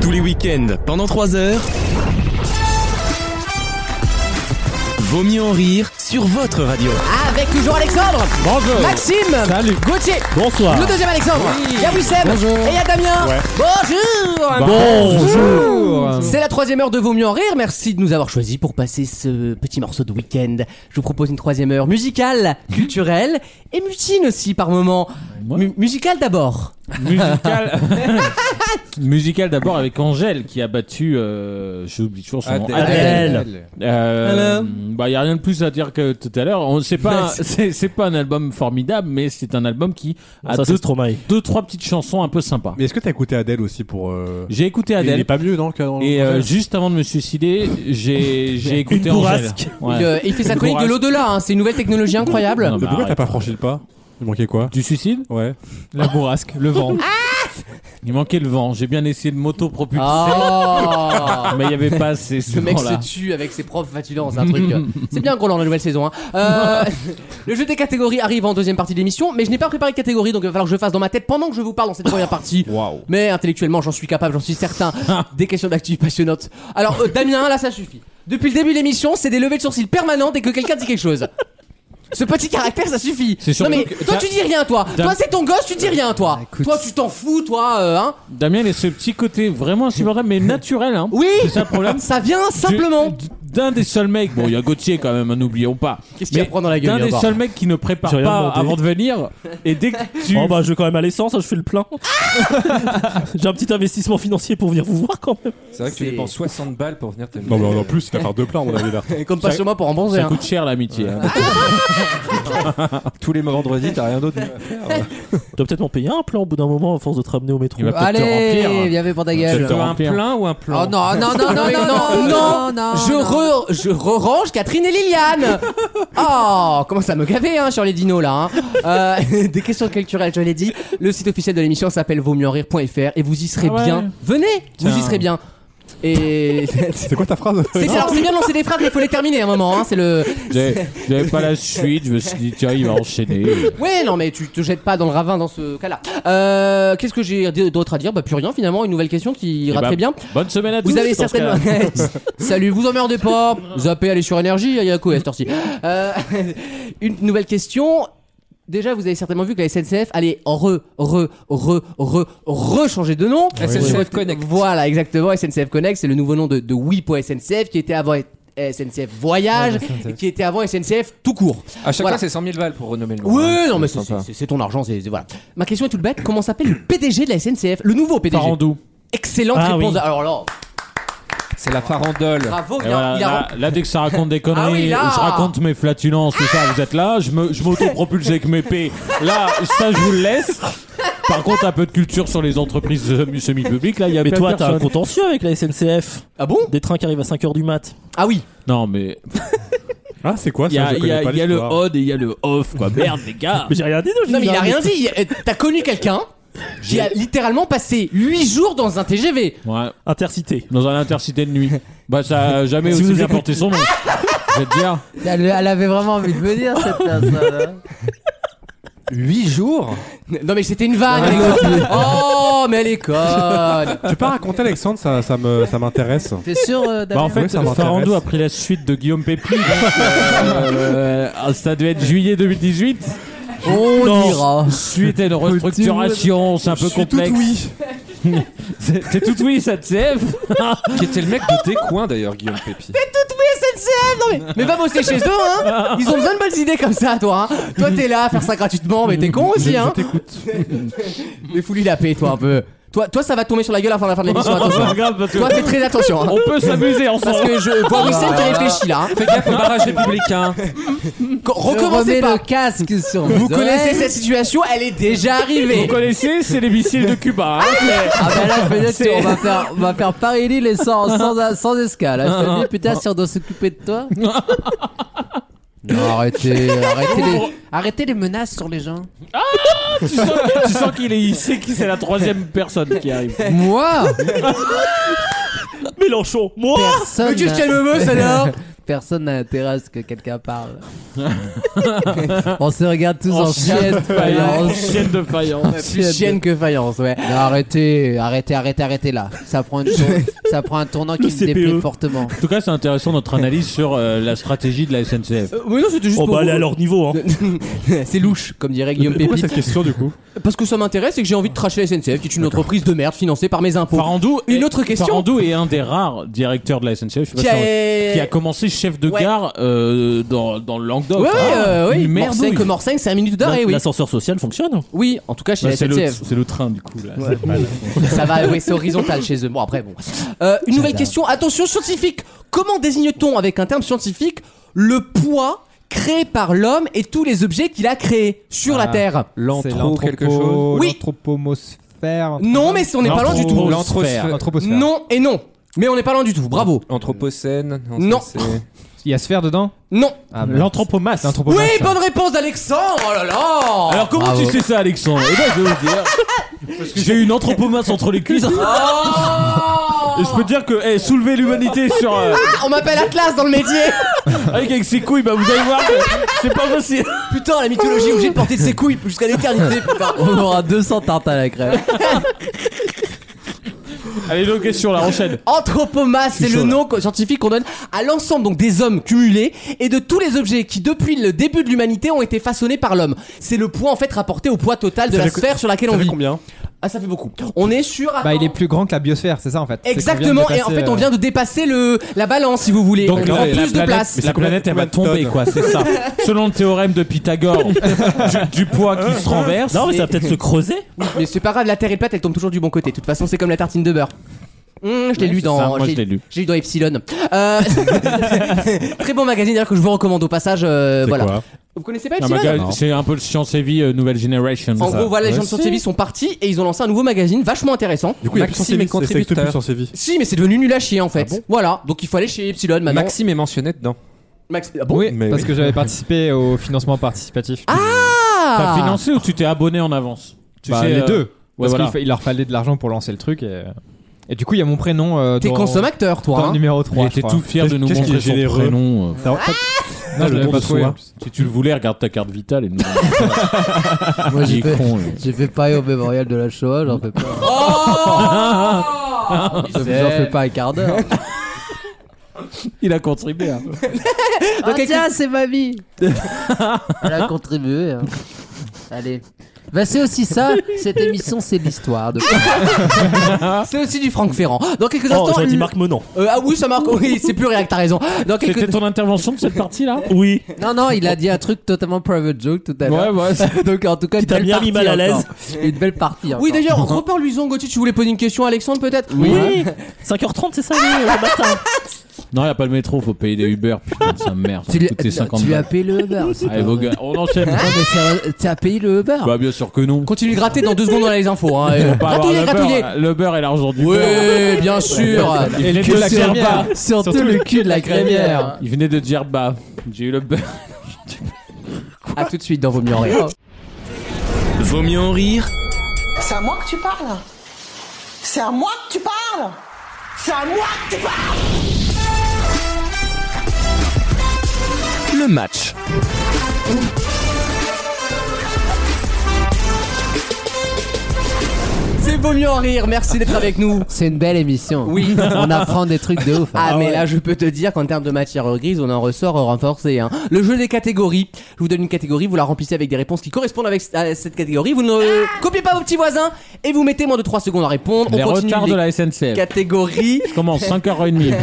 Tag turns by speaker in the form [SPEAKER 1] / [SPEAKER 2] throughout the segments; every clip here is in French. [SPEAKER 1] Tous les week-ends, pendant 3 heures. Vaut mieux en rire sur votre radio.
[SPEAKER 2] Avec toujours Alexandre,
[SPEAKER 3] Bonjour.
[SPEAKER 2] Maxime,
[SPEAKER 3] Salut.
[SPEAKER 2] Gauthier,
[SPEAKER 3] Bonsoir.
[SPEAKER 2] le deuxième Alexandre, il y a Wissem
[SPEAKER 3] Bonjour.
[SPEAKER 2] et il y a Damien.
[SPEAKER 3] Ouais.
[SPEAKER 2] Bonjour.
[SPEAKER 3] Bonjour.
[SPEAKER 2] C'est la troisième heure de Vaut mieux en rire. Merci de nous avoir choisis pour passer ce petit morceau de week-end. Je vous propose une troisième heure musicale, culturelle et mutine aussi par moment.
[SPEAKER 3] Moi
[SPEAKER 2] Mu- musicale d'abord.
[SPEAKER 3] Musical. Musical d'abord avec Angèle qui a battu. Euh, J'oublie toujours son nom.
[SPEAKER 2] Adèle.
[SPEAKER 3] Euh,
[SPEAKER 2] Hello.
[SPEAKER 3] bah y a rien de plus à dire que tout à l'heure. On c'est pas c'est c'est pas un album formidable, mais c'est un album qui a
[SPEAKER 4] Ça,
[SPEAKER 3] Ah, deux,
[SPEAKER 4] c'est Stromae.
[SPEAKER 3] deux trois petites chansons un peu sympas.
[SPEAKER 5] Mais est-ce que t'as écouté Adèle aussi pour euh...
[SPEAKER 3] J'ai écouté
[SPEAKER 5] Il est
[SPEAKER 3] Adèle
[SPEAKER 5] pas mieux non que-
[SPEAKER 3] et euh, juste avant de me suicider, j'ai j'ai écouté Angèle.
[SPEAKER 4] bourrasque.
[SPEAKER 3] Ouais.
[SPEAKER 2] Il, euh, il fait sa
[SPEAKER 3] Une
[SPEAKER 2] chronique de
[SPEAKER 3] bourrasque.
[SPEAKER 2] l'au-delà. hein. C'est une nouvelle technologie incroyable.
[SPEAKER 3] Non,
[SPEAKER 5] Mais
[SPEAKER 3] bah,
[SPEAKER 5] pourquoi t'as
[SPEAKER 3] arrête.
[SPEAKER 5] pas franchi le pas Il manquait quoi
[SPEAKER 3] Du suicide
[SPEAKER 5] Ouais.
[SPEAKER 3] La bourrasque, le vent. Il manquait le vent. J'ai bien essayé de m'auto-propulser.
[SPEAKER 2] Ah. Oh.
[SPEAKER 3] Mais il n'y avait pas assez ce
[SPEAKER 2] Ce mec
[SPEAKER 3] vent-là.
[SPEAKER 2] se tue avec ses profs fatulents, c'est un truc. euh, c'est bien gros dans la nouvelle saison. hein. Euh, le jeu des catégories arrive en deuxième partie de l'émission, mais je n'ai pas préparé de catégorie, donc il va falloir que je fasse dans ma tête pendant que je vous parle dans cette première partie. Mais intellectuellement, j'en suis capable, j'en suis certain. des questions d'actu passionnantes. Alors, euh, Damien, là, ça suffit. Depuis le début de l'émission, c'est des levées de sourcils permanentes et que quelqu'un dit quelque chose. Ce petit caractère, ça suffit.
[SPEAKER 3] C'est
[SPEAKER 2] non
[SPEAKER 3] surtout
[SPEAKER 2] mais
[SPEAKER 3] que-
[SPEAKER 2] toi, tu dis rien, toi.
[SPEAKER 3] Dam-
[SPEAKER 2] Toi, c'est ton gosse, tu dis rien, toi. toi, tu t'en fous, toi, euh, hein.
[SPEAKER 3] Damien, il a ce petit côté vraiment insupportable, mais naturel. Hein.
[SPEAKER 2] Oui.
[SPEAKER 3] C'est ça le problème.
[SPEAKER 2] Ça vient simplement.
[SPEAKER 3] Du- D'un des seuls mecs, bon, il y a Gauthier quand même, hein, n'oublions pas.
[SPEAKER 2] Qu'est-ce qu'il y a à
[SPEAKER 3] Mais
[SPEAKER 2] prendre dans la gueule,
[SPEAKER 3] D'un
[SPEAKER 2] il va
[SPEAKER 3] des
[SPEAKER 2] voir.
[SPEAKER 3] seuls mecs qui ne prépare
[SPEAKER 4] J'ai rien
[SPEAKER 3] pas
[SPEAKER 4] demandé.
[SPEAKER 3] avant de venir. Et dès que tu.
[SPEAKER 4] Oh bah je vais quand même à l'essence, hein, je fais le plein. J'ai un petit investissement financier pour venir vous voir quand même.
[SPEAKER 6] C'est vrai que tu
[SPEAKER 2] C'est-
[SPEAKER 6] dépenses 60 balles pour venir te
[SPEAKER 5] Non mais
[SPEAKER 3] Euh,
[SPEAKER 5] en plus t'as faire deux plats à mon avis là.
[SPEAKER 2] Comme pas sur moi pour rembourser.
[SPEAKER 3] Ça
[SPEAKER 2] hein.
[SPEAKER 3] coûte cher l'amitié. hein.
[SPEAKER 4] Ah,
[SPEAKER 6] Tous les vendredis, t'as rien d'autre.
[SPEAKER 4] Tu dois peut-être m'en payer un plein au bout d'un moment à force de te ramener au métro.
[SPEAKER 3] Il va- peut-être te
[SPEAKER 2] Allez,
[SPEAKER 3] remplir.
[SPEAKER 2] bien fait pour ta gueule.
[SPEAKER 3] Peut-être te
[SPEAKER 6] un
[SPEAKER 3] remplir.
[SPEAKER 6] plein ou un plan
[SPEAKER 2] Oh non, non, non, non, non, non, non, je, re, je re-range Catherine et Liliane. Oh, commence à me gaver hein, sur les dinos là. hein. Euh, des questions culturelles, je l'ai dit. Le site officiel de l'émission s'appelle vautmieuxenrire.fr et vous y serez
[SPEAKER 3] Ah ouais.
[SPEAKER 2] bien. Venez, vous y serez bien. Et c'est
[SPEAKER 5] C'est quoi ta phrase
[SPEAKER 2] alors, c'est bien de lancer des phrases, mais il faut les terminer à un moment. hein, c'est le.
[SPEAKER 3] J'avais j'avais pas la suite, je me suis dit, tiens, il va enchaîner.
[SPEAKER 2] Ouais, non, mais tu te jettes pas dans le ravin dans ce cas-là. Euh, Qu'est-ce que j'ai d'autre à dire Bah plus rien finalement. Une nouvelle question qui ira
[SPEAKER 3] Eh bah,
[SPEAKER 2] très bien.
[SPEAKER 3] Bonne semaine à tous.
[SPEAKER 2] Vous avez
[SPEAKER 3] dans ce
[SPEAKER 2] certainement.
[SPEAKER 3] cas-là.
[SPEAKER 2] Salut, vous emmerdez pas. Zappez, allez sur énergie, il y a quoi à cette heure-ci Euh, Une nouvelle question. Déjà, vous avez certainement vu que la SNCF allait re, re, re, re, re changer de nom.
[SPEAKER 6] SNCF
[SPEAKER 2] Votre-
[SPEAKER 6] Connect.
[SPEAKER 2] Voilà, exactement. SNCF Connect, c'est le nouveau nom de, de oui.sncf qui était avant SNCF Voyage, et qui était avant SNCF tout court.
[SPEAKER 6] À chaque
[SPEAKER 2] Voilà.
[SPEAKER 6] fois, c'est 100 000 balles pour renommer le nom.
[SPEAKER 2] Ouais, non, mais c'est-
[SPEAKER 6] c'est sympa.
[SPEAKER 2] c'est c'est ton argent, c'est c'est- voilà. Ma question est toute bête. Comment s'appelle le PDG de la SNCF Le nouveau PDG.
[SPEAKER 3] Farandou.
[SPEAKER 2] Excellente
[SPEAKER 4] Ah,
[SPEAKER 2] réponse.
[SPEAKER 4] oui.
[SPEAKER 2] Alors là,
[SPEAKER 6] C'est la farandole.
[SPEAKER 2] bravo. il
[SPEAKER 3] Et
[SPEAKER 2] a-
[SPEAKER 3] voilà,
[SPEAKER 2] Oh, il a
[SPEAKER 3] là, là, dès que ça raconte des conneries,
[SPEAKER 2] Ah oui, là.
[SPEAKER 3] je raconte mes flatulences, tout ça, vous êtes là, je me- je m'auto-propulse avec mes P. Là, ça, je vous le laisse. Par contre, un peu de culture sur les entreprises semi- semi-publiques, là, il y a
[SPEAKER 4] Mais
[SPEAKER 3] plein
[SPEAKER 4] toi
[SPEAKER 3] de
[SPEAKER 4] t'as un
[SPEAKER 3] personnes.
[SPEAKER 4] contentieux avec la SNCF.
[SPEAKER 2] Ah bon
[SPEAKER 4] Des trains qui arrivent à 5h du mat.
[SPEAKER 2] Ah oui.
[SPEAKER 3] Non, mais
[SPEAKER 5] Ah c'est quoi
[SPEAKER 3] il y
[SPEAKER 5] ça
[SPEAKER 3] a,
[SPEAKER 5] Je
[SPEAKER 3] il y a-
[SPEAKER 5] connais pas
[SPEAKER 3] il y a le
[SPEAKER 5] l'histoire.
[SPEAKER 3] odd et Oh, il y a le off, quoi. Merde, les gars.
[SPEAKER 4] Mais j'ai rien dit non, j'ai
[SPEAKER 2] Non mais il
[SPEAKER 4] j'ai
[SPEAKER 2] a rien dit. Il- T'as connu quelqu'un qui a littéralement passé 8 jours dans un TGV.
[SPEAKER 3] Ouais,
[SPEAKER 4] Intercité.
[SPEAKER 3] dans un intercité de nuit. Bah, ça a jamais
[SPEAKER 4] Si
[SPEAKER 3] aussi
[SPEAKER 4] vous
[SPEAKER 3] bien
[SPEAKER 4] écoutez-
[SPEAKER 3] porté son nom. Je vais te dire.
[SPEAKER 2] Elle, avait vraiment envie de me dire cette personne.
[SPEAKER 6] 8 jours
[SPEAKER 2] Non mais c'était une vanne. elle est conne. oh mais elle est conne.
[SPEAKER 5] Tu peux pas raconter Alexandre ça ça me ça m'intéresse.
[SPEAKER 2] T'es sûr euh,
[SPEAKER 3] Bah, en fait,
[SPEAKER 5] Ouais, ça m'intéresse.
[SPEAKER 3] Farandou a pris la suite de Guillaume Pépi. donc, euh, euh, ça devait être juillet 2018.
[SPEAKER 2] On
[SPEAKER 3] Non.
[SPEAKER 2] dira.
[SPEAKER 3] Suite à une restructuration, c'est un peu complexe. C'est- T'es tout oui, ça te sève
[SPEAKER 6] Qui était le mec de tes coins d'ailleurs, Guillaume Pépi.
[SPEAKER 2] SNCF, non mais, mais va bosser chez eux, hein Ils ont besoin de bonnes idées comme ça, toi, hein Toi, t'es là à faire ça gratuitement, mais t'es con aussi, hein Mais fous-lui la paix, toi, un peu. Toi, toi, ça va tomber sur la gueule avant la fin de l'émission,
[SPEAKER 3] Ah,
[SPEAKER 2] attention. Toi, fais très attention, hein.
[SPEAKER 3] On peut s'amuser ensemble.
[SPEAKER 2] Parce que je
[SPEAKER 3] Oh.
[SPEAKER 2] vois Wissem qui réfléchit, là, hein.
[SPEAKER 6] Fais gaffe au barrage républicain.
[SPEAKER 2] Co- Recommencez pas. Vous connaissez cette situation, elle est déjà
[SPEAKER 3] Vous
[SPEAKER 2] arrivée.
[SPEAKER 3] connaissez, c'est les missiles de Cuba. hein.
[SPEAKER 7] Ah bah là peut-être
[SPEAKER 3] C'est-
[SPEAKER 7] on va faire on va faire Paris Lille et sans sans, sans escale. hein. Je te le dis putain si on doit s'occuper de toi. Non, arrêtez, arrêtez les, arrêtez les menaces sur les gens.
[SPEAKER 3] tu sens, tu sens qu'il est, il sait qui c'est la troisième personne qui arrive.
[SPEAKER 7] Moi,
[SPEAKER 4] Mélenchon, moi
[SPEAKER 7] personne.
[SPEAKER 2] Mais qu'est-ce qu'elle me veut, celle-là
[SPEAKER 7] personne n'a intérêt à ce que quelqu'un parle. on se regarde tous en, chienne,
[SPEAKER 3] faïence.
[SPEAKER 7] faïence.
[SPEAKER 3] Chienne de faïence.
[SPEAKER 7] Chienne.
[SPEAKER 2] Plus chienne que faïence, ouais.
[SPEAKER 7] Non, arrêtez, arrêtez, arrêtez, arrêtez là. Ça prend, une tour- ça prend un tournant qui
[SPEAKER 4] Le
[SPEAKER 7] me
[SPEAKER 2] E.
[SPEAKER 7] déprime
[SPEAKER 4] CPE.
[SPEAKER 7] fortement.
[SPEAKER 3] En tout cas, c'est intéressant notre analyse sur euh, la stratégie de la SNCF.
[SPEAKER 2] Euh, oui, non, c'était juste
[SPEAKER 3] Oh,
[SPEAKER 4] On
[SPEAKER 2] pour-
[SPEAKER 4] va
[SPEAKER 3] bah,
[SPEAKER 4] aller à leur niveau, hein.
[SPEAKER 2] c'est louche, comme dirait Guillaume
[SPEAKER 5] Pourquoi
[SPEAKER 2] Pépite.
[SPEAKER 5] cette question du coup
[SPEAKER 2] Parce que ça m'intéresse et que j'ai envie de tracher la SNCF, qui est une entreprise de merde financée par mes impôts.
[SPEAKER 3] Farandou,
[SPEAKER 2] Une
[SPEAKER 3] est-
[SPEAKER 2] autre question.
[SPEAKER 3] Eh, Farandou est un des rares directeurs de la SNCF. je sais pas
[SPEAKER 2] Qui
[SPEAKER 3] si on-
[SPEAKER 2] a-
[SPEAKER 3] qui a commencé chef de
[SPEAKER 2] Ouais.
[SPEAKER 3] gare euh, dans, dans le Languedoc.
[SPEAKER 2] Ouais,
[SPEAKER 3] Ah,
[SPEAKER 2] euh, oui,
[SPEAKER 3] une merdouille.
[SPEAKER 2] Morsec que Morsec, c'est un minute d'arrêt,
[SPEAKER 4] La-
[SPEAKER 2] oui.
[SPEAKER 4] L'ascenseur social fonctionne.
[SPEAKER 2] Oui, en tout cas chez
[SPEAKER 3] Bah,
[SPEAKER 2] la
[SPEAKER 3] c'est, le,
[SPEAKER 2] SNCF.
[SPEAKER 3] c'est le train du coup. Là. C'est pas-
[SPEAKER 2] Ça va, oui, c'est horizontal chez eux. Bon, après, bon. Euh, une nouvelle question. Attention, scientifique. Comment désigne-t-on, avec un terme scientifique, le poids créé par l'homme et tous les objets qu'il a créés sur la
[SPEAKER 8] Ah.
[SPEAKER 2] Terre
[SPEAKER 8] L'anthro
[SPEAKER 6] quelque chose
[SPEAKER 2] Oui.
[SPEAKER 8] L'anthropomosphère.
[SPEAKER 2] Non, mais on n'est pas loin du tout.
[SPEAKER 8] L'anthroposphère. L'anthroposphère.
[SPEAKER 2] Non et non. Mais on n'est pas loin du tout. Bravo.
[SPEAKER 6] Anthropocène.
[SPEAKER 2] Non.
[SPEAKER 6] ça, c'est-
[SPEAKER 8] Il y a sphère dedans
[SPEAKER 2] Non.
[SPEAKER 8] ah, merde.
[SPEAKER 3] L'anthropomasse.
[SPEAKER 8] L'anthropomasse.
[SPEAKER 2] Oui, bonne réponse d'Alexandre. Oh là là.
[SPEAKER 3] Alors comment
[SPEAKER 7] Bravo.
[SPEAKER 3] tu sais ça, Alexandre Eh ben, je vais vous dire. Parce que j'ai eu une anthropomasse entre les cuisses. Et je peux te dire que eh, soulever l'humanité sur euh,
[SPEAKER 2] Ah, on m'appelle Atlas dans le métier.
[SPEAKER 3] avec, avec ses couilles, bah vous allez voir, que c'est pas facile.
[SPEAKER 2] Putain, la mythologie obligée de porter de ses couilles jusqu'à l'éternité, putain.
[SPEAKER 7] On aura 200 tartes à la crème.
[SPEAKER 3] Allez, l'autre question là, enchaîne.
[SPEAKER 2] Anthropomas, c'est le nom co- scientifique qu'on donne à l'ensemble donc des hommes cumulés et de tous les objets qui depuis le début de l'humanité ont été façonnés par l'homme. C'est le poids en fait rapporté au poids total de la sphère sur laquelle on vit.
[SPEAKER 5] combien
[SPEAKER 2] Ah ça fait beaucoup. On est sur
[SPEAKER 8] Bah, il est plus grand que la biosphère, c'est ça en fait. C'est qu'on vient
[SPEAKER 2] Exactement
[SPEAKER 8] de
[SPEAKER 2] et en
[SPEAKER 8] dépasser,
[SPEAKER 2] fait on
[SPEAKER 8] euh,
[SPEAKER 2] vient de dépasser le la balance si vous voulez.
[SPEAKER 3] Donc
[SPEAKER 2] on
[SPEAKER 3] la,
[SPEAKER 2] prend
[SPEAKER 3] la
[SPEAKER 2] plus de
[SPEAKER 3] planète,
[SPEAKER 2] place.
[SPEAKER 3] la planète, elle va
[SPEAKER 5] combien de
[SPEAKER 3] tomber,
[SPEAKER 5] tonnes
[SPEAKER 3] quoi, c'est ça. Selon le théorème de Pythagore, du, du poids qui se renverse.
[SPEAKER 4] Non, mais ça va peut-être se creuser.
[SPEAKER 2] Oui, mais c'est pas grave, la Terre est plate, elle tombe toujours du bon côté. De toute façon, c'est comme la tartine de beurre. Hum, je l'ai lu
[SPEAKER 3] c'est
[SPEAKER 2] dans
[SPEAKER 3] ça, moi, je l'ai lu.
[SPEAKER 2] j'ai lu dans Epsilon. Euh, Très bon magazine d'ailleurs que je vous recommande au passage. euh, voilà. vous connaissez pas
[SPEAKER 3] Un
[SPEAKER 2] Epsilon
[SPEAKER 3] maga- c'est un peu le Science et Vie euh, Nouvelle Generation.
[SPEAKER 2] En
[SPEAKER 3] ça.
[SPEAKER 2] gros, voilà, les gens de Science et Vie sont partis et ils ont lancé un nouveau magazine vachement intéressant.
[SPEAKER 5] Du coup, il y a plus
[SPEAKER 6] Maxime
[SPEAKER 5] sur ses
[SPEAKER 6] est
[SPEAKER 5] vies. Ça existe plus
[SPEAKER 6] contributeur.
[SPEAKER 5] sur ses vies.
[SPEAKER 2] Si, mais c'est devenu nul à chier en
[SPEAKER 3] Ah
[SPEAKER 2] fait. voilà, donc il faut aller chez Epsilon maintenant.
[SPEAKER 6] Maxime est mentionné dedans.
[SPEAKER 2] Max- Ah bon
[SPEAKER 8] oui,
[SPEAKER 5] Mais
[SPEAKER 8] parce
[SPEAKER 5] oui.
[SPEAKER 8] que j'avais participé au financement participatif. Ah,
[SPEAKER 3] T'as
[SPEAKER 2] Ah
[SPEAKER 3] financé ou tu t'es abonné en avance tu
[SPEAKER 8] bah,
[SPEAKER 3] sais,
[SPEAKER 8] les
[SPEAKER 3] euh,
[SPEAKER 8] deux.
[SPEAKER 3] ouais,
[SPEAKER 8] parce
[SPEAKER 3] voilà.
[SPEAKER 8] qu'il fa- il leur fallait de l'argent pour lancer le truc. Et, euh, et du coup, il y a mon prénom. euh,
[SPEAKER 2] T'es
[SPEAKER 8] dans-
[SPEAKER 2] consommateur,
[SPEAKER 8] dans
[SPEAKER 2] toi.
[SPEAKER 8] le
[SPEAKER 2] hein.
[SPEAKER 8] numéro
[SPEAKER 3] Il
[SPEAKER 8] 3.
[SPEAKER 3] était tout fier de nous
[SPEAKER 5] Qu'est-ce
[SPEAKER 3] montrer
[SPEAKER 5] qui est
[SPEAKER 3] son
[SPEAKER 5] généreux
[SPEAKER 3] prénom. euh.
[SPEAKER 8] Non,
[SPEAKER 5] Ah,
[SPEAKER 8] je
[SPEAKER 5] le
[SPEAKER 8] l'avais
[SPEAKER 5] don
[SPEAKER 8] pas
[SPEAKER 5] de
[SPEAKER 8] trouvé.
[SPEAKER 5] soi.
[SPEAKER 3] Si tu le voulais, regarde ta carte vitale et nous.
[SPEAKER 7] Moi,
[SPEAKER 3] Il
[SPEAKER 7] j'ai
[SPEAKER 3] est
[SPEAKER 7] fait,
[SPEAKER 3] con. lui.
[SPEAKER 7] j'ai fait pareil au mémorial de la Shoah, j'en fais pas.
[SPEAKER 2] Oh
[SPEAKER 7] J'en fais pas un quart d'heure.
[SPEAKER 3] Il a contribué. hein.
[SPEAKER 7] Donc, Ah, tiens, c'est ma vie. Elle a contribué. hein. Allez. Bah, c'est aussi ça, cette émission, c'est de l'histoire. de-
[SPEAKER 2] C'est aussi du Franck Ferrand. Dans quelques
[SPEAKER 4] Oh,
[SPEAKER 2] instants.
[SPEAKER 4] j'aurais dit
[SPEAKER 2] le-
[SPEAKER 4] Marc Menon.
[SPEAKER 2] Euh, ah oui, ça marque. Oui, c'est plus réel, t'as raison. Dans quelques...
[SPEAKER 3] C'était ton intervention de cette partie là
[SPEAKER 4] Oui,
[SPEAKER 7] Non, non, il a dit un truc totalement private joke tout à
[SPEAKER 2] Eh
[SPEAKER 3] Ouais,
[SPEAKER 2] ben.
[SPEAKER 7] l'heure.
[SPEAKER 3] ouais.
[SPEAKER 7] Donc, en tout cas,
[SPEAKER 4] Qui
[SPEAKER 7] une
[SPEAKER 4] t'a
[SPEAKER 7] belle
[SPEAKER 4] bien mis
[SPEAKER 7] partie
[SPEAKER 4] mal à l'aise.
[SPEAKER 7] encore. Une belle partie.
[SPEAKER 2] Oui,
[SPEAKER 7] encore.
[SPEAKER 2] d'ailleurs, reparle-lui-en, Gauthier. Tu voulais poser une question à Alexandre, peut-être
[SPEAKER 4] oui. 5h30, c'est ça, oui, le matin.
[SPEAKER 3] Non, y a pas le métro, faut payer des Uber. Putain, ça merde.
[SPEAKER 7] Tu,
[SPEAKER 3] Ça
[SPEAKER 7] lui-
[SPEAKER 3] coûtait 50
[SPEAKER 7] tu lui as
[SPEAKER 3] balles.
[SPEAKER 7] payé le Uber. c'est
[SPEAKER 3] Allez,
[SPEAKER 7] pas
[SPEAKER 3] vos
[SPEAKER 7] vrai.
[SPEAKER 3] gars, on enchaîne.
[SPEAKER 7] Non, mais ça- tu as payé le Uber.
[SPEAKER 3] Bah, bien sûr que non.
[SPEAKER 2] Continue de gratter dans deux secondes, on a les infos. Hein.
[SPEAKER 3] Faut
[SPEAKER 2] Euh,
[SPEAKER 3] pas avoir
[SPEAKER 2] Gratouiller,
[SPEAKER 3] le
[SPEAKER 2] gratouiller.
[SPEAKER 3] beurre, le beurre et l'argent du beurre.
[SPEAKER 2] Oui, Euh, bien sûr.
[SPEAKER 3] Il venait
[SPEAKER 7] Que
[SPEAKER 3] de
[SPEAKER 7] sur-
[SPEAKER 3] dire bah.
[SPEAKER 7] Surtout, le cul de la crémière.
[SPEAKER 3] Il venait de dire bah. J'ai eu le beurre.
[SPEAKER 2] A tout de suite dans Vos mieux en rire.
[SPEAKER 1] Vaut mieux en rire
[SPEAKER 9] C'est à moi que tu parles C'est à moi que tu parles C'est à moi que tu parles
[SPEAKER 1] le match.
[SPEAKER 2] C'est Vaut mieux en rire. Merci d'être avec nous.
[SPEAKER 7] C'est une belle émission.
[SPEAKER 2] Oui.
[SPEAKER 7] On apprend des trucs de ouf. hein.
[SPEAKER 2] Ah, mais là je peux te dire qu'en termes de matière grise on en ressort renforcé. hein. Le jeu des catégories, je vous donne une catégorie, vous la remplissez avec des réponses qui correspondent avec à cette catégorie, vous ne euh, copiez pas vos petits voisins et vous mettez moins de 3 secondes à répondre.
[SPEAKER 3] Les
[SPEAKER 2] on continue
[SPEAKER 3] retards
[SPEAKER 2] les
[SPEAKER 3] de la SNCF.
[SPEAKER 2] catégories.
[SPEAKER 3] Comment 5h30.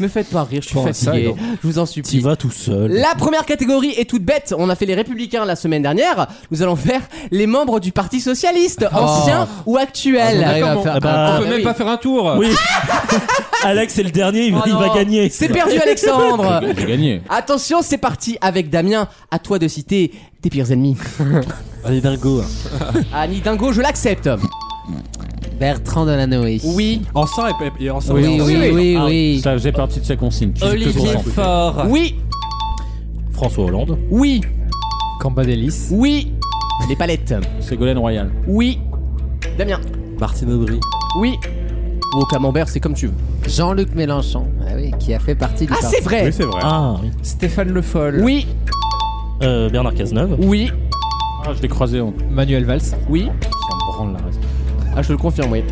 [SPEAKER 2] Me faites pas rire, je suis
[SPEAKER 6] Bon, ça,
[SPEAKER 2] fatigué,
[SPEAKER 6] non.
[SPEAKER 3] hein.
[SPEAKER 2] je vous en
[SPEAKER 4] Tu
[SPEAKER 2] supplie.
[SPEAKER 4] vas tout seul.
[SPEAKER 2] La première catégorie est toute bête. On a fait les républicains la semaine dernière. Nous allons faire les membres du Parti socialiste, anciens ou
[SPEAKER 7] Oh. Ah, On
[SPEAKER 2] actuels.
[SPEAKER 7] arrive à
[SPEAKER 6] d'accord,
[SPEAKER 7] faire
[SPEAKER 4] bon. Ah bah,
[SPEAKER 7] un-
[SPEAKER 6] On peut même
[SPEAKER 2] oui.
[SPEAKER 6] pas faire un tour.
[SPEAKER 4] Oui. Alex est le dernier, il, va-
[SPEAKER 2] Oh
[SPEAKER 4] il va
[SPEAKER 2] non.
[SPEAKER 4] gagner.
[SPEAKER 2] C'est perdu Alexandre.
[SPEAKER 3] J'ai gagné.
[SPEAKER 2] Attention, c'est parti avec Damien. À toi de citer tes pires ennemis.
[SPEAKER 4] Allez, dingo.
[SPEAKER 2] Annie Dingo, je l'accepte.
[SPEAKER 7] Bertrand Delanoë.
[SPEAKER 2] Oui.
[SPEAKER 5] En sang et pep- et en sang.
[SPEAKER 7] Oui, oui, oui,
[SPEAKER 3] Ah,
[SPEAKER 7] oui.
[SPEAKER 3] Ça faisait partie de sa consigne. Tu te
[SPEAKER 6] Olivier
[SPEAKER 3] concentres.
[SPEAKER 6] Faure.
[SPEAKER 2] Oui.
[SPEAKER 3] François Hollande.
[SPEAKER 2] Oui.
[SPEAKER 8] Camba d'hélice.
[SPEAKER 2] Oui. Les palettes.
[SPEAKER 3] Ségolène Royal.
[SPEAKER 2] Oui. Damien.
[SPEAKER 3] Martine Aubry.
[SPEAKER 2] Oui. Ou au camembert, c'est comme tu veux.
[SPEAKER 7] Jean-Luc Mélenchon. Ah oui, qui a fait partie du
[SPEAKER 2] Ah,
[SPEAKER 7] parti.
[SPEAKER 2] c'est vrai
[SPEAKER 5] Oui, c'est vrai.
[SPEAKER 4] Ah, oui.
[SPEAKER 6] Stéphane Le Foll.
[SPEAKER 2] Oui,
[SPEAKER 4] Euh, Bernard Cazeneuve.
[SPEAKER 2] oui,
[SPEAKER 3] Ah, je l'ai croisé. On...
[SPEAKER 8] Manuel Valls.
[SPEAKER 2] oui.
[SPEAKER 3] branle la raison.
[SPEAKER 2] Ah, je te le confirme, oui.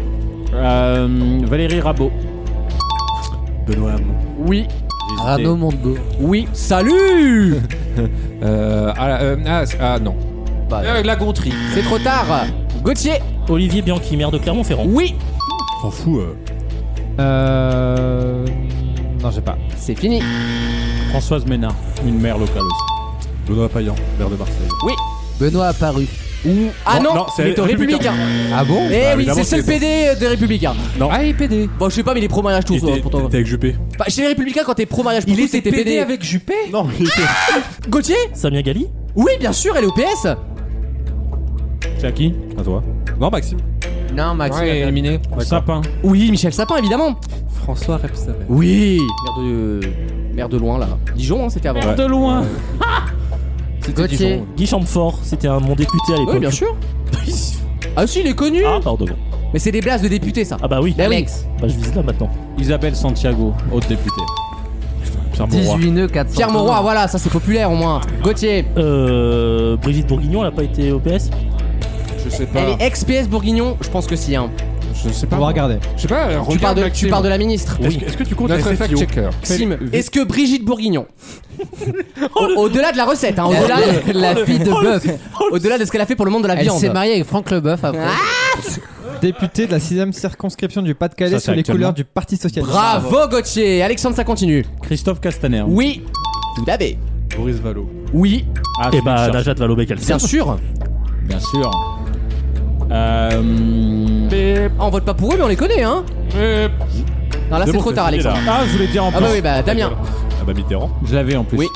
[SPEAKER 3] Euh, Valérie Rabault.
[SPEAKER 4] Benoît Hamon.
[SPEAKER 2] Oui,
[SPEAKER 7] Arnaud Montebourg.
[SPEAKER 2] oui. Salut
[SPEAKER 6] Euh, ah, euh, ah, c'est- ah, non.
[SPEAKER 2] Bah,
[SPEAKER 6] Euh, la Gontrie.
[SPEAKER 2] C'est trop tard. Gauthier,
[SPEAKER 4] Olivier Bianchi, maire de Clermont-Ferrand.
[SPEAKER 2] oui.
[SPEAKER 5] S'en fout. euh.
[SPEAKER 8] Euh. Non, j'ai pas.
[SPEAKER 2] C'est fini.
[SPEAKER 3] Françoise Ménard. Une mère locale aussi.
[SPEAKER 5] Benoît Payan, maire de Marseille.
[SPEAKER 7] Benoît apparu.
[SPEAKER 2] Ou ah
[SPEAKER 5] Non,
[SPEAKER 2] non,
[SPEAKER 5] non, c'est
[SPEAKER 2] il est au
[SPEAKER 5] républicain.
[SPEAKER 2] républicain.
[SPEAKER 6] Ah bon
[SPEAKER 2] Eh
[SPEAKER 5] Bah,
[SPEAKER 2] oui,
[SPEAKER 5] évidemment,
[SPEAKER 2] c'est le seul
[SPEAKER 5] c'est bon.
[SPEAKER 2] PD des républicains.
[SPEAKER 5] Non.
[SPEAKER 2] Ah, il est PD. Bon, je sais pas, mais il est pro mariage tout.
[SPEAKER 5] Il était-
[SPEAKER 2] pour ton-
[SPEAKER 5] T'es avec Juppé
[SPEAKER 2] Bah, chez les républicains, quand t'es pro mariage pour tous, t'es PD.
[SPEAKER 6] avec Juppé
[SPEAKER 5] Non, mais il était-
[SPEAKER 2] Gauthier
[SPEAKER 4] Samia Gali.
[SPEAKER 2] Oui, bien sûr, elle est au PS.
[SPEAKER 3] Jackie.
[SPEAKER 5] À toi. Non, Maxime.
[SPEAKER 7] Non, Maxime.
[SPEAKER 6] Ouais, éliminé.
[SPEAKER 3] Sapin.
[SPEAKER 2] Oui, Michel Sapin, évidemment.
[SPEAKER 6] François Repsamen.
[SPEAKER 2] Oui. Maire de maire de loin là. Dijon, hein, c'était avant.
[SPEAKER 3] De loin.
[SPEAKER 7] Gauthier.
[SPEAKER 4] Guy Champfort, c'était un- mon député à l'époque.
[SPEAKER 2] Oui, bien sûr. ah si, il est connu.
[SPEAKER 4] Ah, pardon.
[SPEAKER 2] Mais c'est des blases de députés, ça.
[SPEAKER 4] Ah bah oui.
[SPEAKER 2] Bah oui.
[SPEAKER 4] Bah je vise là maintenant.
[SPEAKER 3] Isabelle Santiago, haute députée. Pierre Mauroy.
[SPEAKER 7] 18 nœuds, 400.
[SPEAKER 2] Pierre Mauroy, voilà, ça c'est populaire au moins. Gauthier,
[SPEAKER 4] Euh, Brigitte Bourguignon, elle a pas été au PS
[SPEAKER 2] Ah,
[SPEAKER 6] Je sais pas.
[SPEAKER 2] elle est ex-PS Bourguignon, je pense que si. Hein.
[SPEAKER 6] Je sais pas.
[SPEAKER 8] On va regarder.
[SPEAKER 6] Je sais pas.
[SPEAKER 2] Tu
[SPEAKER 6] regarde
[SPEAKER 2] parles, de, tu
[SPEAKER 6] Maxime.
[SPEAKER 2] parles de la ministre.
[SPEAKER 5] Est-ce que- est-ce que tu comptes
[SPEAKER 6] Notre
[SPEAKER 5] la SFIO
[SPEAKER 6] fact-checker.
[SPEAKER 2] Maxime, est-ce que Brigitte Bourguignon, au- au-delà de la recette, hein,
[SPEAKER 7] Oh, La,
[SPEAKER 2] au-delà
[SPEAKER 7] la- la fille de bœuf.
[SPEAKER 2] au-delà de ce qu'elle a fait pour Oh, le monde de la
[SPEAKER 7] Elle
[SPEAKER 2] viande, Ah,
[SPEAKER 7] s'est mariée avec Franck Leboeuf après.
[SPEAKER 8] Député de la 6ème circonscription du
[SPEAKER 3] Ça,
[SPEAKER 8] Pas-de-Calais
[SPEAKER 3] c'est
[SPEAKER 8] sous les
[SPEAKER 3] actuellement.
[SPEAKER 8] couleurs du Parti Socialiste.
[SPEAKER 2] bravo Gauthier, Alexandre ça continue.
[SPEAKER 3] Christophe Castaner.
[SPEAKER 2] Oui, tout à fait.
[SPEAKER 5] Boris Vallot.
[SPEAKER 2] Oui,
[SPEAKER 3] Ah,
[SPEAKER 4] Eh
[SPEAKER 3] c'est
[SPEAKER 4] bah
[SPEAKER 3] une
[SPEAKER 4] Najat vallaud
[SPEAKER 2] bien sûr.
[SPEAKER 3] charte. Bien sûr. Euh,
[SPEAKER 2] Ah, on vote pas pour eux, mais on les connaît, hein. Non là c'est
[SPEAKER 5] C'est bon,
[SPEAKER 2] trop
[SPEAKER 5] c'est
[SPEAKER 2] tard,
[SPEAKER 5] fini,
[SPEAKER 2] Alexandre.
[SPEAKER 3] Ah, je voulais dire en
[SPEAKER 2] Ah
[SPEAKER 3] plus.
[SPEAKER 2] bah oui, bah Damien.
[SPEAKER 5] Ah bah Mitterrand.
[SPEAKER 3] Je l'avais en plus.
[SPEAKER 2] Oui.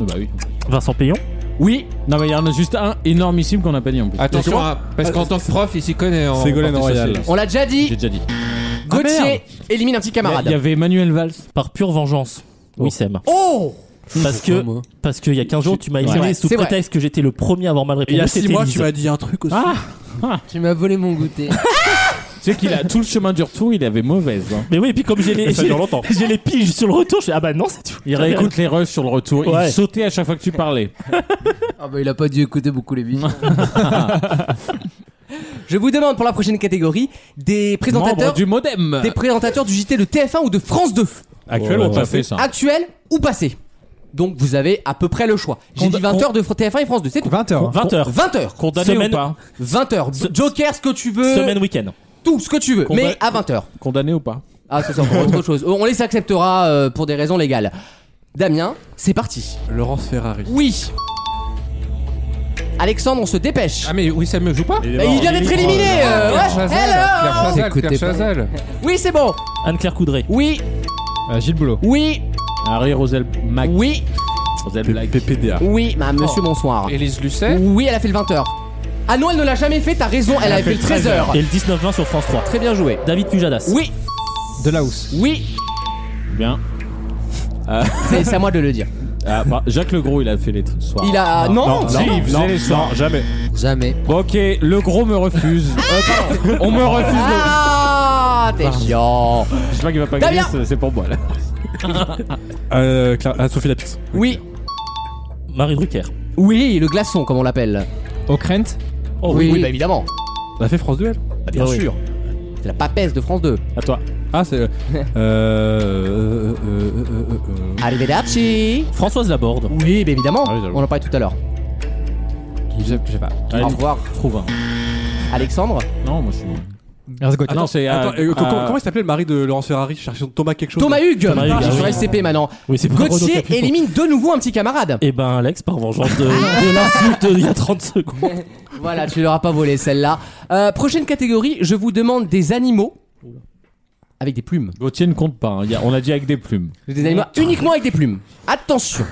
[SPEAKER 3] Ah bah oui.
[SPEAKER 4] Vincent Payon.
[SPEAKER 2] Oui, Ah.
[SPEAKER 3] Non, mais il y en a juste un énormissime qu'on n'a pas dit en plus.
[SPEAKER 6] Attention, hein, parce qu'en tant que prof, il s'y connaît. en
[SPEAKER 5] Ségolène
[SPEAKER 6] Parti
[SPEAKER 5] Royal.
[SPEAKER 6] Socialiste.
[SPEAKER 2] on l'a déjà
[SPEAKER 3] J'ai
[SPEAKER 2] dit.
[SPEAKER 3] déjà dit.
[SPEAKER 2] Gauthier élimine un petit
[SPEAKER 3] Il y a-
[SPEAKER 2] camarade.
[SPEAKER 3] il y avait Manuel Valls.
[SPEAKER 4] Par pure vengeance. Oui, Sam.
[SPEAKER 2] Oh
[SPEAKER 4] Parce que, parce qu'il y a 15 jours, tu m'as
[SPEAKER 3] Ouais.
[SPEAKER 4] éclairé
[SPEAKER 2] Ouais,
[SPEAKER 4] sous
[SPEAKER 2] c'est vrai.
[SPEAKER 4] prétexte que j'étais le premier à avoir mal répondu. c'était Lise.
[SPEAKER 5] dit un truc aussi.
[SPEAKER 3] Ah
[SPEAKER 7] Tu m'as volé mon goûter.
[SPEAKER 3] Tu sais qu'il a tout le chemin du retour, il avait mauvaise. hein.
[SPEAKER 4] Mais oui, et puis comme j'ai les,
[SPEAKER 3] Ça
[SPEAKER 4] j'ai-
[SPEAKER 3] dure longtemps.
[SPEAKER 4] j'ai les piges sur le retour, je fais ah bah non, c'est tout.
[SPEAKER 3] Il réécoute les rushs sur le retour.
[SPEAKER 4] Ouais.
[SPEAKER 3] Il sautait à chaque fois que tu parlais.
[SPEAKER 7] Ah bah il a pas dû écouter beaucoup les biches.
[SPEAKER 2] Je vous demande pour la prochaine catégorie des
[SPEAKER 3] Membre
[SPEAKER 2] présentateurs
[SPEAKER 3] du modem.
[SPEAKER 2] des présentateurs du JT de TF1 ou de France 2,
[SPEAKER 3] Actuel,
[SPEAKER 5] Ouais,
[SPEAKER 3] on t'a
[SPEAKER 5] ouais.
[SPEAKER 3] fait ça.
[SPEAKER 2] actuel ou passé. Donc vous avez à peu près le choix. J'ai
[SPEAKER 3] Conda-
[SPEAKER 2] dit 20h de TF1 et France 2, c'est tout.
[SPEAKER 4] 20h.
[SPEAKER 8] 20h.
[SPEAKER 2] 20h.
[SPEAKER 4] Condamné
[SPEAKER 3] Condamné
[SPEAKER 4] semaine,
[SPEAKER 3] ou pas
[SPEAKER 2] 20h. Joker, ce que tu veux.
[SPEAKER 4] Semaine week-end.
[SPEAKER 2] Tout ce que tu veux.
[SPEAKER 3] Combat-
[SPEAKER 2] Mais à 20h.
[SPEAKER 3] Condamné ou pas
[SPEAKER 2] Ah, c'est ça, pour autre chose. On les acceptera euh, pour des raisons légales. Damien, c'est parti.
[SPEAKER 6] Laurence Ferrari.
[SPEAKER 2] Oui. Alexandre, on se dépêche.
[SPEAKER 6] Ah mais oui, ça me joue pas.
[SPEAKER 2] Bah, il vient d'être éliminé. euh,
[SPEAKER 6] Pierre
[SPEAKER 2] ouais.
[SPEAKER 6] Chazal, Pierre
[SPEAKER 2] Hello.
[SPEAKER 6] Chazal,
[SPEAKER 7] Écoutez
[SPEAKER 6] Pierre
[SPEAKER 7] pas.
[SPEAKER 6] Chazal.
[SPEAKER 2] Oui, c'est bon.
[SPEAKER 4] Anne-Claire Coudray.
[SPEAKER 2] Oui,
[SPEAKER 8] Euh, Gilles Boulot.
[SPEAKER 2] oui,
[SPEAKER 3] Harry Rosel Mac.
[SPEAKER 2] oui,
[SPEAKER 3] Rosel Black.
[SPEAKER 5] PPDA.
[SPEAKER 2] oui. Bah, monsieur, bonsoir.
[SPEAKER 6] Élise Lucet.
[SPEAKER 2] Oui, elle a fait le 20h. Ah non, elle ne l'a jamais fait, t'as raison, elle, a, fait, le 13h.
[SPEAKER 4] Et le 19-20 sur France 3.
[SPEAKER 2] Très bien joué.
[SPEAKER 4] David Pujadas.
[SPEAKER 2] Oui,
[SPEAKER 8] De la housse.
[SPEAKER 2] oui, Euh.
[SPEAKER 3] Bien.
[SPEAKER 2] c'est c'est à moi de le dire.
[SPEAKER 3] Ah, bah, Jacques Legros, il a fait les tr- soirs.
[SPEAKER 2] Oh, Il a. Non,
[SPEAKER 3] Si, il faisait les soirs.
[SPEAKER 5] jamais.
[SPEAKER 7] Jamais.
[SPEAKER 3] Bon, ok, le gros me refuse. Euh, pardon, on me refuse. le-
[SPEAKER 2] Ah, t'es chiant.
[SPEAKER 3] Je sais pas qu'il va pas
[SPEAKER 2] Damien.
[SPEAKER 3] gagner, c'est- c'est pour moi là.
[SPEAKER 5] Euh, Cla- ah, Sophie Lapix.
[SPEAKER 2] Oui,
[SPEAKER 4] Marie Drucker.
[SPEAKER 2] oui, le glaçon, comme on l'appelle.
[SPEAKER 8] O'Krent.
[SPEAKER 4] Oh
[SPEAKER 2] Oui, bah évidemment.
[SPEAKER 5] On a fait France Duel.
[SPEAKER 2] Bah, bien
[SPEAKER 4] Ah oui.
[SPEAKER 2] sûr. C'est la papesse de France 2.
[SPEAKER 3] À toi.
[SPEAKER 5] Ah, c'est. Euh. euh, euh, euh, euh, euh,
[SPEAKER 2] Arrivederci.
[SPEAKER 4] Françoise Laborde.
[SPEAKER 2] Oui, bah évidemment.
[SPEAKER 5] Ah oui, j'avoue.
[SPEAKER 2] on en parlait tout à l'heure.
[SPEAKER 8] Je sais pas.
[SPEAKER 3] Allez,
[SPEAKER 2] Au revoir,
[SPEAKER 3] trouve
[SPEAKER 4] hein.
[SPEAKER 3] un.
[SPEAKER 2] Alexandre.
[SPEAKER 3] Non, moi je suis. Ah
[SPEAKER 8] Herzog.
[SPEAKER 3] non, c'est.
[SPEAKER 5] Attends, euh,
[SPEAKER 3] euh,
[SPEAKER 5] co- co-
[SPEAKER 3] euh,
[SPEAKER 5] comment il s'appelait le mari de Laurence Ferrari Je cherchais son Thomas quelque chose.
[SPEAKER 2] Thomas Hugues.
[SPEAKER 4] Thomas Hugues,
[SPEAKER 2] Je suis
[SPEAKER 4] ah
[SPEAKER 2] sur
[SPEAKER 4] oui.
[SPEAKER 2] SCP maintenant.
[SPEAKER 4] Oui, c'est pas Renaud
[SPEAKER 2] Gauthier
[SPEAKER 4] Capuçon.
[SPEAKER 2] élimine de nouveau un petit camarade.
[SPEAKER 4] Eh ben Alex, par vengeance de, de l'insulte il y a 30 secondes.
[SPEAKER 2] Voilà, tu l'auras pas volé celle-là. Euh, prochaine catégorie, je vous demande des animaux avec des plumes.
[SPEAKER 3] Gauthier ne compte pas. hein. Il y a- on a dit avec des plumes.
[SPEAKER 2] Des animaux uniquement avec des plumes. Attention.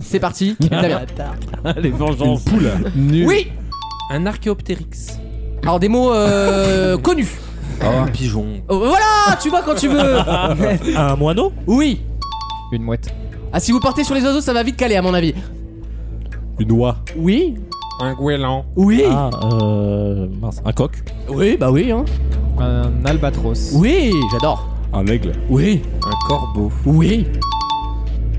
[SPEAKER 2] C'est parti. Damien.
[SPEAKER 4] Ah,
[SPEAKER 3] Les vengeances. Une poule.
[SPEAKER 4] Euh,
[SPEAKER 3] Nul.
[SPEAKER 2] Oui.
[SPEAKER 6] Un archéoptérix.
[SPEAKER 2] Alors des mots euh, connus.
[SPEAKER 6] Un pigeon.
[SPEAKER 2] Oh, Voilà, tu vois quand tu veux.
[SPEAKER 4] Un moineau
[SPEAKER 2] Oui.
[SPEAKER 8] Une mouette.
[SPEAKER 2] Ah si vous partez sur les oiseaux, ça va vite caler à mon avis.
[SPEAKER 5] Une oie.
[SPEAKER 2] Oui.
[SPEAKER 6] Un goéland.
[SPEAKER 2] Oui.
[SPEAKER 4] Ah, euh, mince. Un coq
[SPEAKER 2] Oui, bah oui. Hein.
[SPEAKER 8] Un albatros.
[SPEAKER 2] Oui, j'adore.
[SPEAKER 5] Un aigle.
[SPEAKER 2] Oui,
[SPEAKER 6] Un corbeau.
[SPEAKER 2] oui,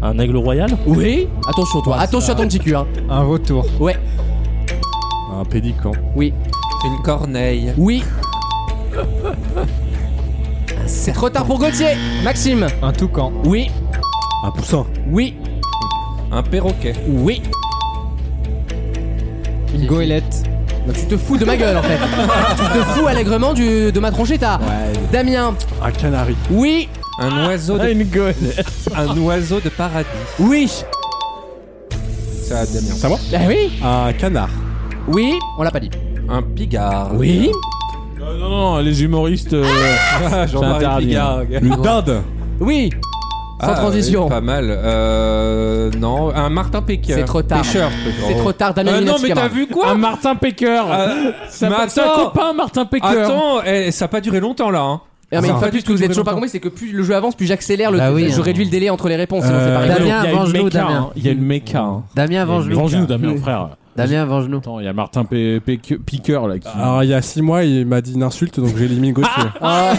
[SPEAKER 4] Un aigle royal
[SPEAKER 2] oui. Attention toi, attention à ton petit cul. Hein.
[SPEAKER 8] Un vautour.
[SPEAKER 2] Ouais,
[SPEAKER 5] Un pélican.
[SPEAKER 2] oui,
[SPEAKER 6] Une corneille.
[SPEAKER 2] oui. C'est trop tard pour Gauthier. Maxime.
[SPEAKER 8] Un toucan.
[SPEAKER 2] Oui,
[SPEAKER 5] Un poussin.
[SPEAKER 2] oui,
[SPEAKER 6] Un perroquet.
[SPEAKER 2] oui.
[SPEAKER 8] Une goélette.
[SPEAKER 2] Non, tu te fous de ma gueule en fait. tu te fous allègrement du, de ma tronchetta. Damien.
[SPEAKER 5] Un canari.
[SPEAKER 2] Oui,
[SPEAKER 6] Un oiseau de,
[SPEAKER 8] une goélette.
[SPEAKER 6] un oiseau de paradis.
[SPEAKER 2] oui,
[SPEAKER 6] Ça, Damien.
[SPEAKER 5] Ça va
[SPEAKER 2] ah oui,
[SPEAKER 5] Un canard.
[SPEAKER 2] oui. On l'a pas dit.
[SPEAKER 6] Un pigard.
[SPEAKER 2] Oui.
[SPEAKER 3] Non, non, non, les humoristes. euh,
[SPEAKER 6] Ah,
[SPEAKER 3] C'est
[SPEAKER 6] Jean-Marie
[SPEAKER 3] interdit,
[SPEAKER 6] Pigard.
[SPEAKER 5] Le dinde.
[SPEAKER 2] Oui, sans
[SPEAKER 6] Ah,
[SPEAKER 2] transition.
[SPEAKER 6] oui, Pas mal. Euh. Non, un Martin Pékin.
[SPEAKER 2] C'est trop tard.
[SPEAKER 6] Pêcheur.
[SPEAKER 2] C'est
[SPEAKER 7] Oh.
[SPEAKER 2] trop tard, Damien.
[SPEAKER 6] Euh, non,
[SPEAKER 2] Linetsky
[SPEAKER 6] mais t'as
[SPEAKER 2] Camara.
[SPEAKER 6] vu
[SPEAKER 4] hein.
[SPEAKER 6] quoi
[SPEAKER 3] un Martin Pecker.
[SPEAKER 6] Euh,
[SPEAKER 3] ça
[SPEAKER 6] mais
[SPEAKER 3] passe un
[SPEAKER 6] attends.
[SPEAKER 3] copain, Martin Pecker.
[SPEAKER 6] Attends, eh, ça a pas duré longtemps là. Hein.
[SPEAKER 2] Ah, mais
[SPEAKER 6] Ça
[SPEAKER 2] une
[SPEAKER 6] va
[SPEAKER 2] fois
[SPEAKER 6] pas
[SPEAKER 2] plus,
[SPEAKER 6] du
[SPEAKER 2] ce que
[SPEAKER 6] tout
[SPEAKER 2] vous êtes
[SPEAKER 6] durer
[SPEAKER 2] chaud par
[SPEAKER 6] longtemps.
[SPEAKER 2] contre, c'est que plus le jeu avance, plus j'accélère, le,
[SPEAKER 7] Bah oui,
[SPEAKER 2] je
[SPEAKER 7] hein.
[SPEAKER 2] réduis le délai entre les réponses. sinon c'est pas
[SPEAKER 5] Euh,
[SPEAKER 2] rigolo.
[SPEAKER 7] Damien,
[SPEAKER 3] Il y a une
[SPEAKER 7] venge-nous,
[SPEAKER 3] méca,
[SPEAKER 7] Damien.
[SPEAKER 3] hein. Il y a une méca. hein.
[SPEAKER 7] Damien, venge-nous.
[SPEAKER 3] Venge-nous, Damien, frère.
[SPEAKER 7] Damien, venge-nous.
[SPEAKER 3] Attends, il y a Martin Pe- Pe- Piqueur là qui.
[SPEAKER 5] Alors, il y a 6 mois, il m'a dit une insulte, donc j'ai éliminé
[SPEAKER 3] Ah
[SPEAKER 5] Gauthier.
[SPEAKER 7] Ah,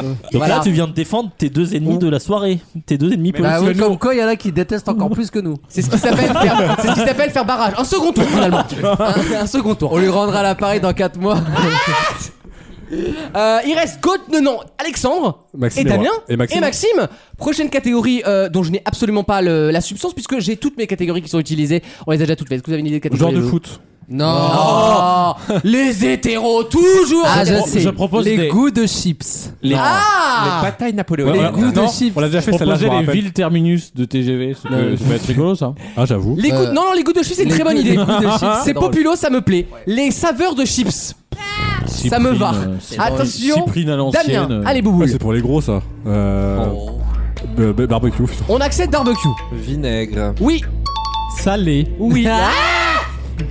[SPEAKER 4] Donc
[SPEAKER 2] Voilà.
[SPEAKER 4] là, tu viens de défendre tes deux ennemis de la soirée. Tes deux ennemis politiques.
[SPEAKER 7] Bah oui, comme quoi, il y en a qui détestent encore plus que nous.
[SPEAKER 2] C'est ce qui s'appelle faire, c'est ce qui s'appelle faire barrage. Un second tour finalement. Un, un second tour.
[SPEAKER 7] On lui rendra l'appareil dans 4 mois.
[SPEAKER 2] Euh, il reste Gauthier, non, non, Alexandre
[SPEAKER 5] Maxime
[SPEAKER 2] et
[SPEAKER 5] et moi.
[SPEAKER 2] Damien
[SPEAKER 5] Et Maxime.
[SPEAKER 2] Prochaine catégorie euh, dont je n'ai absolument pas le- la substance puisque j'ai toutes mes catégories qui sont utilisées. On les a déjà toutes faites. Est-ce que vous avez une idée de catégorie
[SPEAKER 3] Genre de
[SPEAKER 2] vous
[SPEAKER 3] foot.
[SPEAKER 2] Non. Oh, Les hétéros toujours.
[SPEAKER 7] Ah, je
[SPEAKER 3] pro-
[SPEAKER 7] sais.
[SPEAKER 3] je propose
[SPEAKER 7] les
[SPEAKER 3] des-
[SPEAKER 7] goûts de chips.
[SPEAKER 6] Les,
[SPEAKER 2] Ah
[SPEAKER 6] les batailles napoléoniennes.
[SPEAKER 5] Ouais,
[SPEAKER 7] les
[SPEAKER 5] ouais.
[SPEAKER 7] goûts de
[SPEAKER 5] Non,
[SPEAKER 7] chips.
[SPEAKER 5] On l'a déjà fait celle-là,
[SPEAKER 3] Proposer
[SPEAKER 5] je me
[SPEAKER 3] les
[SPEAKER 5] rappelle.
[SPEAKER 3] villes terminus de TGV. Ça
[SPEAKER 5] Euh,
[SPEAKER 3] peut ça peut être rigolo ça.
[SPEAKER 5] Ah, j'avoue.
[SPEAKER 2] Les goûts-
[SPEAKER 7] Euh,
[SPEAKER 2] non, non, les goûts de chips, c'est une
[SPEAKER 7] les
[SPEAKER 2] très bonne
[SPEAKER 7] goûts-
[SPEAKER 2] idée.
[SPEAKER 7] les goûts de chips, c'est
[SPEAKER 2] c'est
[SPEAKER 7] drôle.
[SPEAKER 2] populo, ça me plaît. Les saveurs de chips, ça me va.
[SPEAKER 3] Cyprine, euh, c'est-
[SPEAKER 2] Attention,
[SPEAKER 3] Cyprine à l'ancienne.
[SPEAKER 2] Damien,
[SPEAKER 3] euh,
[SPEAKER 2] allez,
[SPEAKER 5] Ouais,
[SPEAKER 2] bouboule.
[SPEAKER 5] Ah, c'est pour les gros, ça. Euh. b- b- Barbecue, putain.
[SPEAKER 2] On accepte barbecue.
[SPEAKER 6] Vinaigre.
[SPEAKER 2] Oui,
[SPEAKER 8] Salé.
[SPEAKER 2] oui. Ah,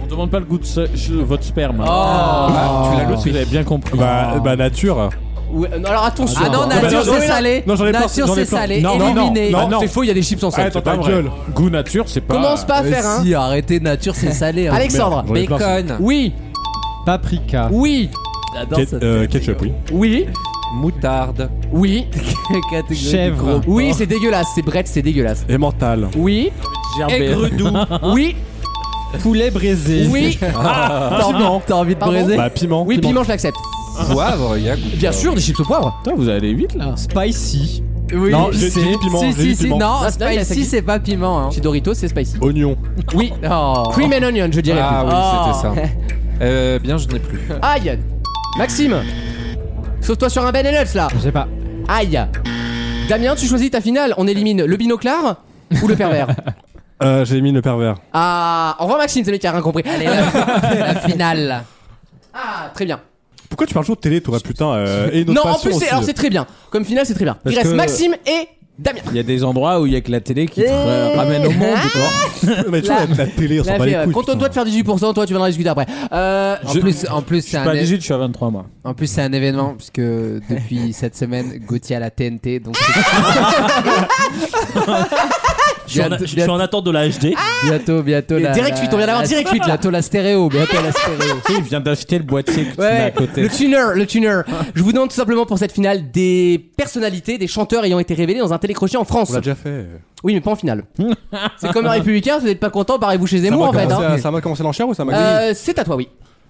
[SPEAKER 3] On demande pas le goût de ce- ch- votre
[SPEAKER 2] Oh.
[SPEAKER 3] sperme. Bah,
[SPEAKER 6] Ah, tu l'as
[SPEAKER 3] Vous
[SPEAKER 6] loupé.
[SPEAKER 3] avez bien compris. Ah.
[SPEAKER 5] Bah, bah, nature.
[SPEAKER 2] Ouais, euh, non, alors attention.
[SPEAKER 7] Ah non,
[SPEAKER 5] bah
[SPEAKER 7] nature,
[SPEAKER 5] non,
[SPEAKER 7] c'est
[SPEAKER 5] non,
[SPEAKER 7] salé.
[SPEAKER 5] non, j'en ai plein,
[SPEAKER 7] Nature,
[SPEAKER 5] j'en ai
[SPEAKER 7] c'est
[SPEAKER 5] plein.
[SPEAKER 7] salé.
[SPEAKER 5] Non, non, non,
[SPEAKER 7] Éliminé.
[SPEAKER 5] non,
[SPEAKER 2] c'est faux, il y a des chips en
[SPEAKER 5] Ah,
[SPEAKER 2] salade.
[SPEAKER 5] attends,
[SPEAKER 3] Pas
[SPEAKER 5] ta
[SPEAKER 3] vrai.
[SPEAKER 5] gueule.
[SPEAKER 3] Goût nature, c'est pas.
[SPEAKER 2] Commence pas à faire, hein.
[SPEAKER 7] Euh, Si, arrêtez, nature, c'est salé. hein.
[SPEAKER 2] Alexandre,
[SPEAKER 5] J'en ai plein, ça.
[SPEAKER 6] Bacon.
[SPEAKER 2] oui,
[SPEAKER 8] Paprika.
[SPEAKER 2] oui,
[SPEAKER 7] J'adore
[SPEAKER 5] Ket-
[SPEAKER 7] cette
[SPEAKER 5] euh, Ketchup, oui.
[SPEAKER 2] oui,
[SPEAKER 6] Moutarde.
[SPEAKER 2] oui,
[SPEAKER 7] catégorie.
[SPEAKER 8] Chèvre.
[SPEAKER 2] oui, c'est dégueulasse, c'est Brett, c'est dégueulasse.
[SPEAKER 5] Et mental.
[SPEAKER 2] Oui,
[SPEAKER 3] Gerbet.
[SPEAKER 2] oui,
[SPEAKER 8] Poulet braisé.
[SPEAKER 2] oui, Ah,
[SPEAKER 7] T'as envie- T'as envie de
[SPEAKER 2] Pardon
[SPEAKER 7] briser
[SPEAKER 5] Bah, piment.
[SPEAKER 2] oui, piment, je l'accepte.
[SPEAKER 6] Poivre. y a goût.
[SPEAKER 2] Bien sûr, des chips au poivre.
[SPEAKER 3] Putain, vous allez vite là.
[SPEAKER 8] Spicy.
[SPEAKER 7] Oui,
[SPEAKER 5] Non, j'ai- j'ai dit piment,
[SPEAKER 7] Si,
[SPEAKER 5] j'ai
[SPEAKER 7] si,
[SPEAKER 5] dit
[SPEAKER 7] si,
[SPEAKER 5] piment.
[SPEAKER 7] non,
[SPEAKER 2] Ah, c'est vrai, il y a ça
[SPEAKER 7] spicy,
[SPEAKER 2] qui-
[SPEAKER 7] c'est pas piment. hein.
[SPEAKER 2] Chez Doritos, c'est spicy.
[SPEAKER 5] Oignon.
[SPEAKER 2] Oui,
[SPEAKER 7] Oh.
[SPEAKER 2] cream and onion, je dirais.
[SPEAKER 6] Ah oui, c'était ça. Euh, bien, je n'ai plus.
[SPEAKER 2] Aïe Maxime Sauve-toi sur un Ben Nuts là
[SPEAKER 8] Je sais pas.
[SPEAKER 2] Aïe Damien, tu choisis ta finale. On élimine le binoclard ou le pervers
[SPEAKER 5] Euh, j'ai mis le pervers.
[SPEAKER 2] Ah Au revoir Maxime, c'est lui qui a rien compris.
[SPEAKER 7] Allez, la, la finale.
[SPEAKER 2] Ah, très bien.
[SPEAKER 5] Pourquoi tu parles toujours de télé, toi, putain euh, Et notre
[SPEAKER 2] Non, en
[SPEAKER 5] passion
[SPEAKER 2] plus, c'est-
[SPEAKER 5] aussi.
[SPEAKER 2] alors c'est très bien. Comme finale, c'est très bien.
[SPEAKER 8] Parce
[SPEAKER 2] Il reste
[SPEAKER 8] que-
[SPEAKER 2] Maxime et Damien.
[SPEAKER 8] Il y a des endroits où il y a que la télé qui te euh, ramène au
[SPEAKER 2] Ah,
[SPEAKER 8] monde, quoi.
[SPEAKER 5] Mais tu vois, la, la télé, on s'en
[SPEAKER 2] Là,
[SPEAKER 5] bat les
[SPEAKER 2] fais, euh,
[SPEAKER 5] couilles.
[SPEAKER 2] Contente-toi de
[SPEAKER 5] putain.
[SPEAKER 2] faire 18%, toi tu viendras discuter après. Euh,
[SPEAKER 7] En plus, en plus,
[SPEAKER 3] Je
[SPEAKER 7] c'est
[SPEAKER 3] suis
[SPEAKER 7] un,
[SPEAKER 3] pas
[SPEAKER 7] é-
[SPEAKER 3] 18, je suis à 23 moi.
[SPEAKER 2] Ah.
[SPEAKER 7] en plus, c'est un événement puisque depuis cette semaine, Gauthier à la TNT, donc c'est-
[SPEAKER 4] Je suis en- je suis en attente de la HD.
[SPEAKER 2] Ah,
[SPEAKER 7] bientôt, bientôt
[SPEAKER 2] Et
[SPEAKER 7] la
[SPEAKER 2] direct
[SPEAKER 7] la-
[SPEAKER 2] suite, on vient d'avoir
[SPEAKER 7] la-
[SPEAKER 2] direct suite, là.
[SPEAKER 7] Bientôt la stéréo, bientôt la stéréo.
[SPEAKER 8] Il vient d'acheter le boîtier que tu mets à
[SPEAKER 2] Ouais,
[SPEAKER 8] côté.
[SPEAKER 2] le tuner, le tuner. Je vous demande tout simplement pour cette finale des personnalités, des chanteurs ayant été révélés dans un télécrochet en France.
[SPEAKER 5] On l'a déjà fait.
[SPEAKER 2] Oui, mais pas en finale. c'est comme un républicain, vous n'êtes pas content, barrez-vous chez
[SPEAKER 5] Ça
[SPEAKER 2] Zemmour
[SPEAKER 5] m'a
[SPEAKER 2] en fait.
[SPEAKER 5] commencé
[SPEAKER 2] hein.
[SPEAKER 5] à- Ça m'a commencé l'enchère ou ça m'a gagné
[SPEAKER 2] Euh, c'est à toi, oui.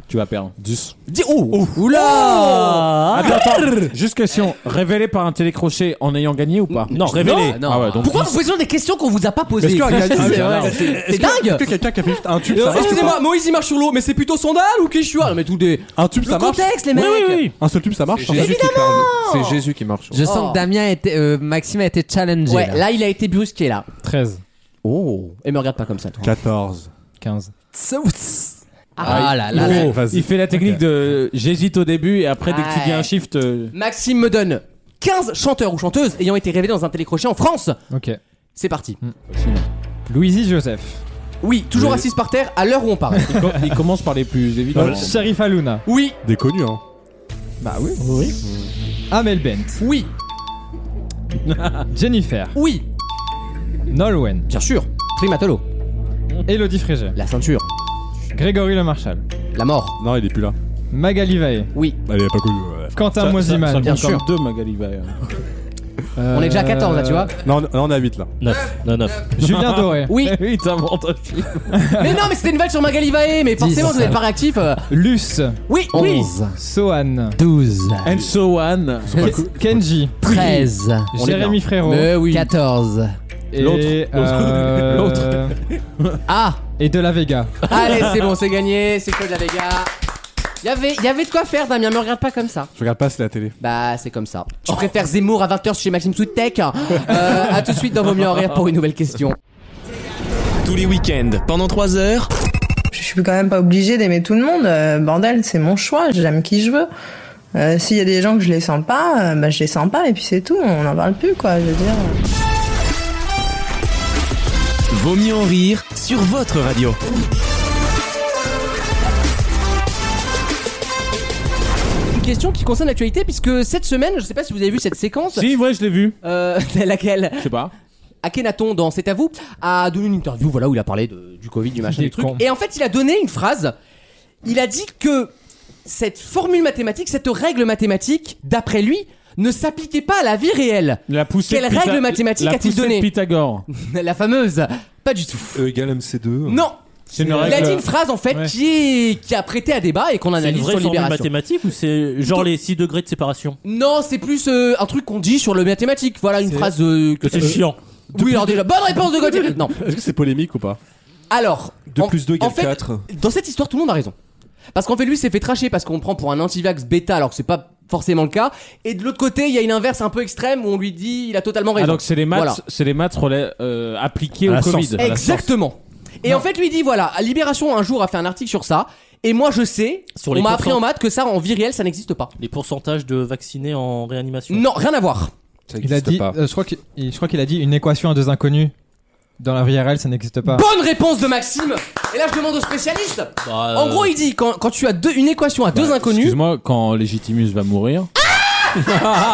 [SPEAKER 8] Tu vas perdre.
[SPEAKER 5] 10.
[SPEAKER 2] Dis oh, Oula
[SPEAKER 4] Ah,
[SPEAKER 3] Attends, attends. Juste question. Révélé par un télécrochet en ayant gagné ou pas
[SPEAKER 4] Non, révélé.
[SPEAKER 7] Non.
[SPEAKER 3] Ah ouais, donc
[SPEAKER 2] Pourquoi vous posez des questions qu'on vous a pas posées
[SPEAKER 5] Est-ce qu'il y a un gagnant
[SPEAKER 2] C'est
[SPEAKER 5] Ah,
[SPEAKER 2] vrai, c'est- C'est dingue
[SPEAKER 5] Que quelqu'un qui a fait juste un tube, ça
[SPEAKER 2] Euh,
[SPEAKER 5] marche ou
[SPEAKER 2] Excusez-moi, Moïse il marche sur l'eau, mais c'est plutôt sondal ou Quechua Non mais tout des.
[SPEAKER 5] pas Un tube,
[SPEAKER 2] Le
[SPEAKER 5] ça marche
[SPEAKER 2] contexte, les mecs
[SPEAKER 5] Un seul tube, ça marche hein
[SPEAKER 6] C'est Jésus qui parle. C'est Jésus qui marche.
[SPEAKER 7] Je sens que Damien était, euh, Maxime a été challengé.
[SPEAKER 2] Oh. Ouais,
[SPEAKER 7] là.
[SPEAKER 2] là il a été brusqué là.
[SPEAKER 8] 13.
[SPEAKER 2] Oh Et me regarde pas comme ça, toi.
[SPEAKER 5] 14.
[SPEAKER 8] 15.
[SPEAKER 7] Ah là là. là.
[SPEAKER 5] Oh, vas-y.
[SPEAKER 3] Il fait la technique de j'hésite au début et après dès que tu
[SPEAKER 2] Ouais.
[SPEAKER 3] dis un shift. euh,
[SPEAKER 2] Maxime me donne 15 chanteurs ou chanteuses ayant été révélés dans un télécrochet en France.
[SPEAKER 8] Ok.
[SPEAKER 2] C'est parti.
[SPEAKER 7] Mm.
[SPEAKER 8] Louisie Joseph.
[SPEAKER 2] Oui, toujours assise par terre à l'heure où on parle.
[SPEAKER 3] Il, co- il commence par les plus évidents.
[SPEAKER 8] Euh, Sherif Aluna.
[SPEAKER 2] oui,
[SPEAKER 5] Des connus, hein.
[SPEAKER 8] Bah oui. Oui. Amel Ben, Bent.
[SPEAKER 2] oui,
[SPEAKER 8] Jennifer.
[SPEAKER 2] oui.
[SPEAKER 8] Nolwenn.
[SPEAKER 2] Bien sûr. Primatolo,
[SPEAKER 8] Elodie Frégé.
[SPEAKER 2] la ceinture,
[SPEAKER 8] Grégory Lemarchal.
[SPEAKER 2] la mort.
[SPEAKER 5] Non, il est plus là.
[SPEAKER 8] Magali Vaé.
[SPEAKER 2] Oui,
[SPEAKER 5] Elle est pas connue. ouais.
[SPEAKER 8] Quentin Moisiman.
[SPEAKER 3] Bien
[SPEAKER 7] Bien
[SPEAKER 3] sûr.
[SPEAKER 7] sûr.
[SPEAKER 3] Deux Magali Vaillant.
[SPEAKER 7] Euh,
[SPEAKER 2] On est déjà à 14 là, tu vois.
[SPEAKER 5] Non, non, on a 8 là.
[SPEAKER 4] 9. Non, 9.
[SPEAKER 8] Julien Doré.
[SPEAKER 2] Oui,
[SPEAKER 3] Oui, t'inventes un film.
[SPEAKER 2] mais non, mais c'était une vanne sur Magali Vaé, mais forcément, vous n'êtes pas réactif. euh,
[SPEAKER 8] Luce.
[SPEAKER 2] Oui, oui.
[SPEAKER 3] Bah,
[SPEAKER 8] Sohan.
[SPEAKER 7] 12,
[SPEAKER 3] And so on.
[SPEAKER 8] Kenji.
[SPEAKER 7] 13,
[SPEAKER 8] Jérémy Frérot.
[SPEAKER 2] Mais oui.
[SPEAKER 7] 14.
[SPEAKER 8] Et
[SPEAKER 3] L'autre.
[SPEAKER 8] euh,
[SPEAKER 2] Ah,
[SPEAKER 8] Et De La Vega.
[SPEAKER 2] allez, c'est bon, c'est gagné, c'est Claude la Vega. Y avait, y avait de quoi faire, Damien, me regarde pas comme ça.
[SPEAKER 5] Je regarde pas c'est la télé.
[SPEAKER 2] Bah, c'est comme ça. Tu préfères Zemmour à 20h chez Maxime Soutek euh, À tout de suite dans Vos mieux en rire pour une nouvelle question.
[SPEAKER 1] Tous les week-ends, pendant 3 heures,
[SPEAKER 10] Je suis quand même pas obligée d'aimer tout le monde. euh, bordel, c'est mon choix. J'aime qui je veux. Euh, S'il y a des gens que je les sens pas, euh, bah, je les sens pas et puis c'est tout. On n'en parle plus, quoi. Je veux dire.
[SPEAKER 1] Vaut mieux en rire sur votre radio.
[SPEAKER 2] Une question qui concerne l'actualité, puisque cette semaine, je sais pas si vous avez vu cette séquence.
[SPEAKER 3] Si, ouais, je l'ai vu.
[SPEAKER 2] Euh, laquelle
[SPEAKER 3] Je sais pas.
[SPEAKER 2] Akhenaton dans C'est à vous a donné une interview voilà où il a parlé de- du Covid du machin
[SPEAKER 8] Des
[SPEAKER 2] du truc
[SPEAKER 8] cons.
[SPEAKER 2] et en fait il a donné une phrase il a dit que cette formule mathématique cette règle mathématique d'après lui ne s'appliquait pas à la vie réelle
[SPEAKER 3] La poussée
[SPEAKER 2] Quelle
[SPEAKER 3] de Pytha-
[SPEAKER 2] règle mathématique
[SPEAKER 3] la
[SPEAKER 2] a-t-il
[SPEAKER 3] poussée de
[SPEAKER 2] donnée
[SPEAKER 3] Pythagore.
[SPEAKER 2] la fameuse pas du tout
[SPEAKER 5] E égale MC2.
[SPEAKER 2] non
[SPEAKER 3] C'est une
[SPEAKER 2] il a
[SPEAKER 3] règle.
[SPEAKER 2] dit une phrase en fait
[SPEAKER 8] Ouais.
[SPEAKER 2] qui est qui a prêté à débat et qu'on
[SPEAKER 4] C'est une
[SPEAKER 2] analyse
[SPEAKER 4] vraie
[SPEAKER 2] sur
[SPEAKER 4] formule
[SPEAKER 2] Libération
[SPEAKER 4] mathématique ou c'est genre les 6 degrés de séparation
[SPEAKER 2] non c'est plus euh, un truc qu'on dit sur le mathématique voilà une phrase euh, que
[SPEAKER 4] Que c'est chiant.
[SPEAKER 2] oui alors déjà bonne réponse de Gauthier non
[SPEAKER 5] Est-ce que c'est polémique ou pas
[SPEAKER 2] Alors,
[SPEAKER 5] Deux plus deux égale
[SPEAKER 2] en fait,
[SPEAKER 5] quatre.
[SPEAKER 2] Dans cette histoire, tout le monde a raison. Parce qu'en fait, lui s'est fait tracher parce qu'on le prend pour un anti-vax bêta alors que c'est pas forcément le cas. Et de l'autre côté, il y a une inverse un peu extrême où on lui dit il a totalement
[SPEAKER 3] Ah,
[SPEAKER 2] raison.
[SPEAKER 3] donc c'est les maths,
[SPEAKER 2] Voilà.
[SPEAKER 3] c'est les maths relais, euh, appliquées
[SPEAKER 4] À
[SPEAKER 3] au
[SPEAKER 4] la
[SPEAKER 3] Covid.
[SPEAKER 4] science.
[SPEAKER 3] À la science.
[SPEAKER 2] Exactement. Et en fait, lui dit voilà, Libération un jour a fait un article sur ça. Et moi, je sais,
[SPEAKER 4] Sur les
[SPEAKER 2] on m'a appris
[SPEAKER 4] pourcents-
[SPEAKER 2] en maths que ça en vie réelle, ça n'existe pas.
[SPEAKER 4] Les pourcentages de vaccinés en réanimation.
[SPEAKER 2] Non, rien à voir.
[SPEAKER 5] Ça
[SPEAKER 8] Il a
[SPEAKER 5] existe
[SPEAKER 8] dit,
[SPEAKER 5] pas.
[SPEAKER 8] euh, je crois qu'il je crois qu'il a dit une équation à deux inconnus. Dans la vie réelle, ça n'existe pas.
[SPEAKER 2] Bonne réponse de Maxime. Et là, je demande au spécialiste.
[SPEAKER 4] Bah, euh,
[SPEAKER 2] En gros, il dit quand, quand tu as deux, une équation à deux inconnus,
[SPEAKER 3] Excuse-moi, quand Légitimus va mourir.
[SPEAKER 2] Ah